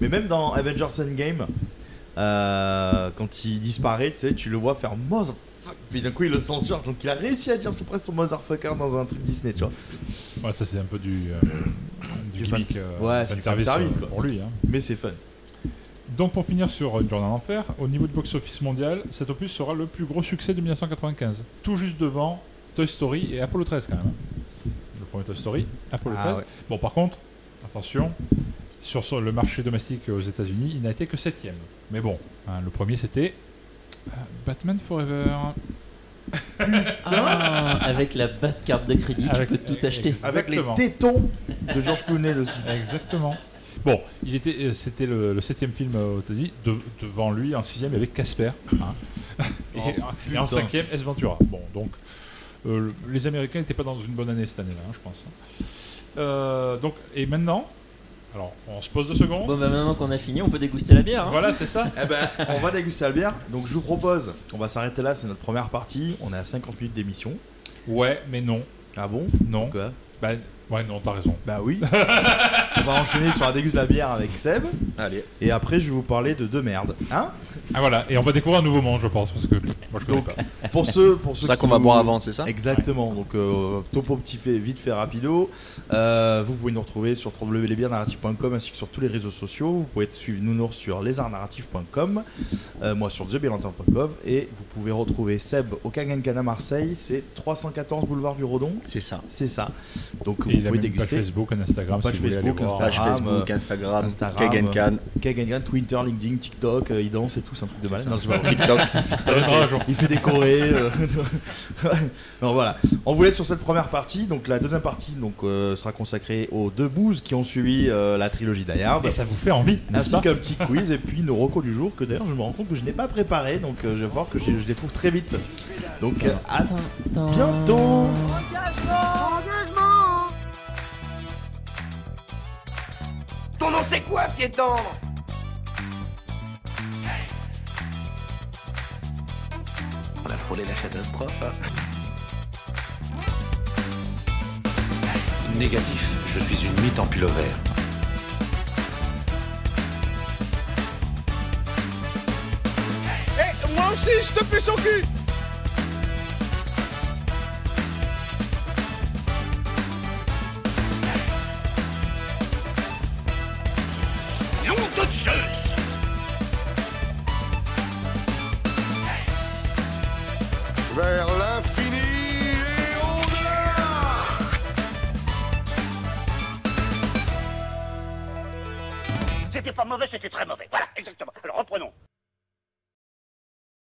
Speaker 9: Mais même dans Avengers Endgame, euh, quand il disparaît, tu sais, tu le vois faire motherfucker. Puis d'un coup, il le censure. Donc il a réussi à dire son presque son motherfucker dans un truc Disney, tu vois.
Speaker 7: Ouais, ça c'est un peu du. euh, du
Speaker 9: fan-
Speaker 7: gimmick, euh,
Speaker 9: ouais, c'est du
Speaker 7: fanservice,
Speaker 9: fanservice,
Speaker 7: euh,
Speaker 9: quoi.
Speaker 7: Pour lui, hein.
Speaker 9: Mais c'est fun.
Speaker 7: Donc pour finir sur euh, Jordan Enfer, au niveau du box-office mondial, cet opus sera le plus gros succès de 1995. Tout juste devant Toy Story et Apollo 13 quand même. hein. Le premier Toy Story, Apollo
Speaker 9: Ah
Speaker 7: 13.
Speaker 9: ouais.
Speaker 7: Bon par contre, attention, sur, sur le marché domestique aux états unis il n'a été que septième. Mais bon, hein, le premier c'était euh, Batman Forever.
Speaker 6: Ah, avec la batte carte de crédit,
Speaker 7: Avec-
Speaker 6: tu peux tout acheter.
Speaker 9: Avec les
Speaker 7: Exactement.
Speaker 9: tétons de George Clooney dessus.
Speaker 7: Exactement. Bon, il était, euh, c'était le, le septième film euh, aux États-Unis. De- devant lui, en sixième, il y avait Casper. hein. et,
Speaker 9: Oh,
Speaker 7: et en
Speaker 9: putain.
Speaker 7: cinquième, S Ventura. Bon, donc euh, le- les Américains n'étaient pas dans une bonne année cette année-là, hein, je pense. Euh, donc, et maintenant, alors on se pose deux secondes.
Speaker 6: Bon, bah maintenant qu'on a fini, on peut déguster la bière. hein.
Speaker 7: Voilà, c'est ça.
Speaker 9: Eh ben, on va déguster la bière. Donc, je vous propose, on va s'arrêter là. C'est notre première partie. On est à 50 minutes d'émission.
Speaker 7: Ouais, mais non.
Speaker 9: Ah bon
Speaker 7: Non.
Speaker 9: Pourquoi
Speaker 7: Bah, ouais, non, t'as raison.
Speaker 9: Bah oui. on va enchaîner sur la déguste la bière avec Seb. Allez. Et après, je vais vous parler de deux merdes. Hein
Speaker 7: Ah voilà, et on va découvrir un nouveau monde, je pense, parce que moi je connais pas.
Speaker 9: Pour ceux, pour ceux
Speaker 8: C'est ça
Speaker 9: qui
Speaker 8: qu'on va
Speaker 9: nous-
Speaker 8: boire avant, c'est ça
Speaker 9: Exactement. Donc euh, topo petit fait vite fait rapido. Euh, vous pouvez nous retrouver sur www.lesbiernarratifs.com ainsi que sur tous les réseaux sociaux. Vous pouvez suivre Nounours sur lesartsnarratifs.com, euh, moi sur thebelantin.gov et vous pouvez retrouver Seb au Kangankan à Marseille. C'est 314 boulevard du Rodon.
Speaker 8: C'est ça.
Speaker 9: C'est ça. Donc
Speaker 7: Et
Speaker 9: vous
Speaker 7: il a
Speaker 9: pouvez
Speaker 7: même une page
Speaker 9: déguster.
Speaker 7: Facebook, un Instagram,
Speaker 9: Page
Speaker 7: si vous voulez
Speaker 9: Facebook,
Speaker 7: aller voir.
Speaker 9: Instagram,
Speaker 8: Page Facebook, Instagram, Kagenkan.
Speaker 9: Kagenkan, euh, Twitter, LinkedIn, TikTok, euh, il danse et tout, c'est un truc de malade.
Speaker 8: ça.
Speaker 9: Non, je sais pas.
Speaker 8: TikTok.
Speaker 7: Ça viendra un jour.
Speaker 9: Ah, Il fait des chorés. euh. non, voilà. On vous laisse sur cette première partie. Donc, la deuxième partie donc, euh, sera consacrée aux deux bouses qui ont suivi euh, la trilogie d'Ayard.
Speaker 7: Et ça vous fait envie, n'est-ce
Speaker 9: Ainsi
Speaker 7: pas
Speaker 9: qu'un petit quiz et puis nos recos du jour que d'ailleurs je me rends compte que je n'ai pas préparé donc euh, je vais voir que je, je les trouve très vite. Donc euh, à bientôt
Speaker 1: Ton nom c'est quoi, pied tendre
Speaker 16: On a frôlé la catastrophe. Négatif, je suis une mythe en pullover.
Speaker 1: Eh,
Speaker 15: Ah,
Speaker 1: moi aussi, je te fais son cul
Speaker 17: Nom de Zeus
Speaker 18: vers l'infini et au-delà.
Speaker 19: C'était pas mauvais, c'était très mauvais. Voilà, exactement. Alors reprenons.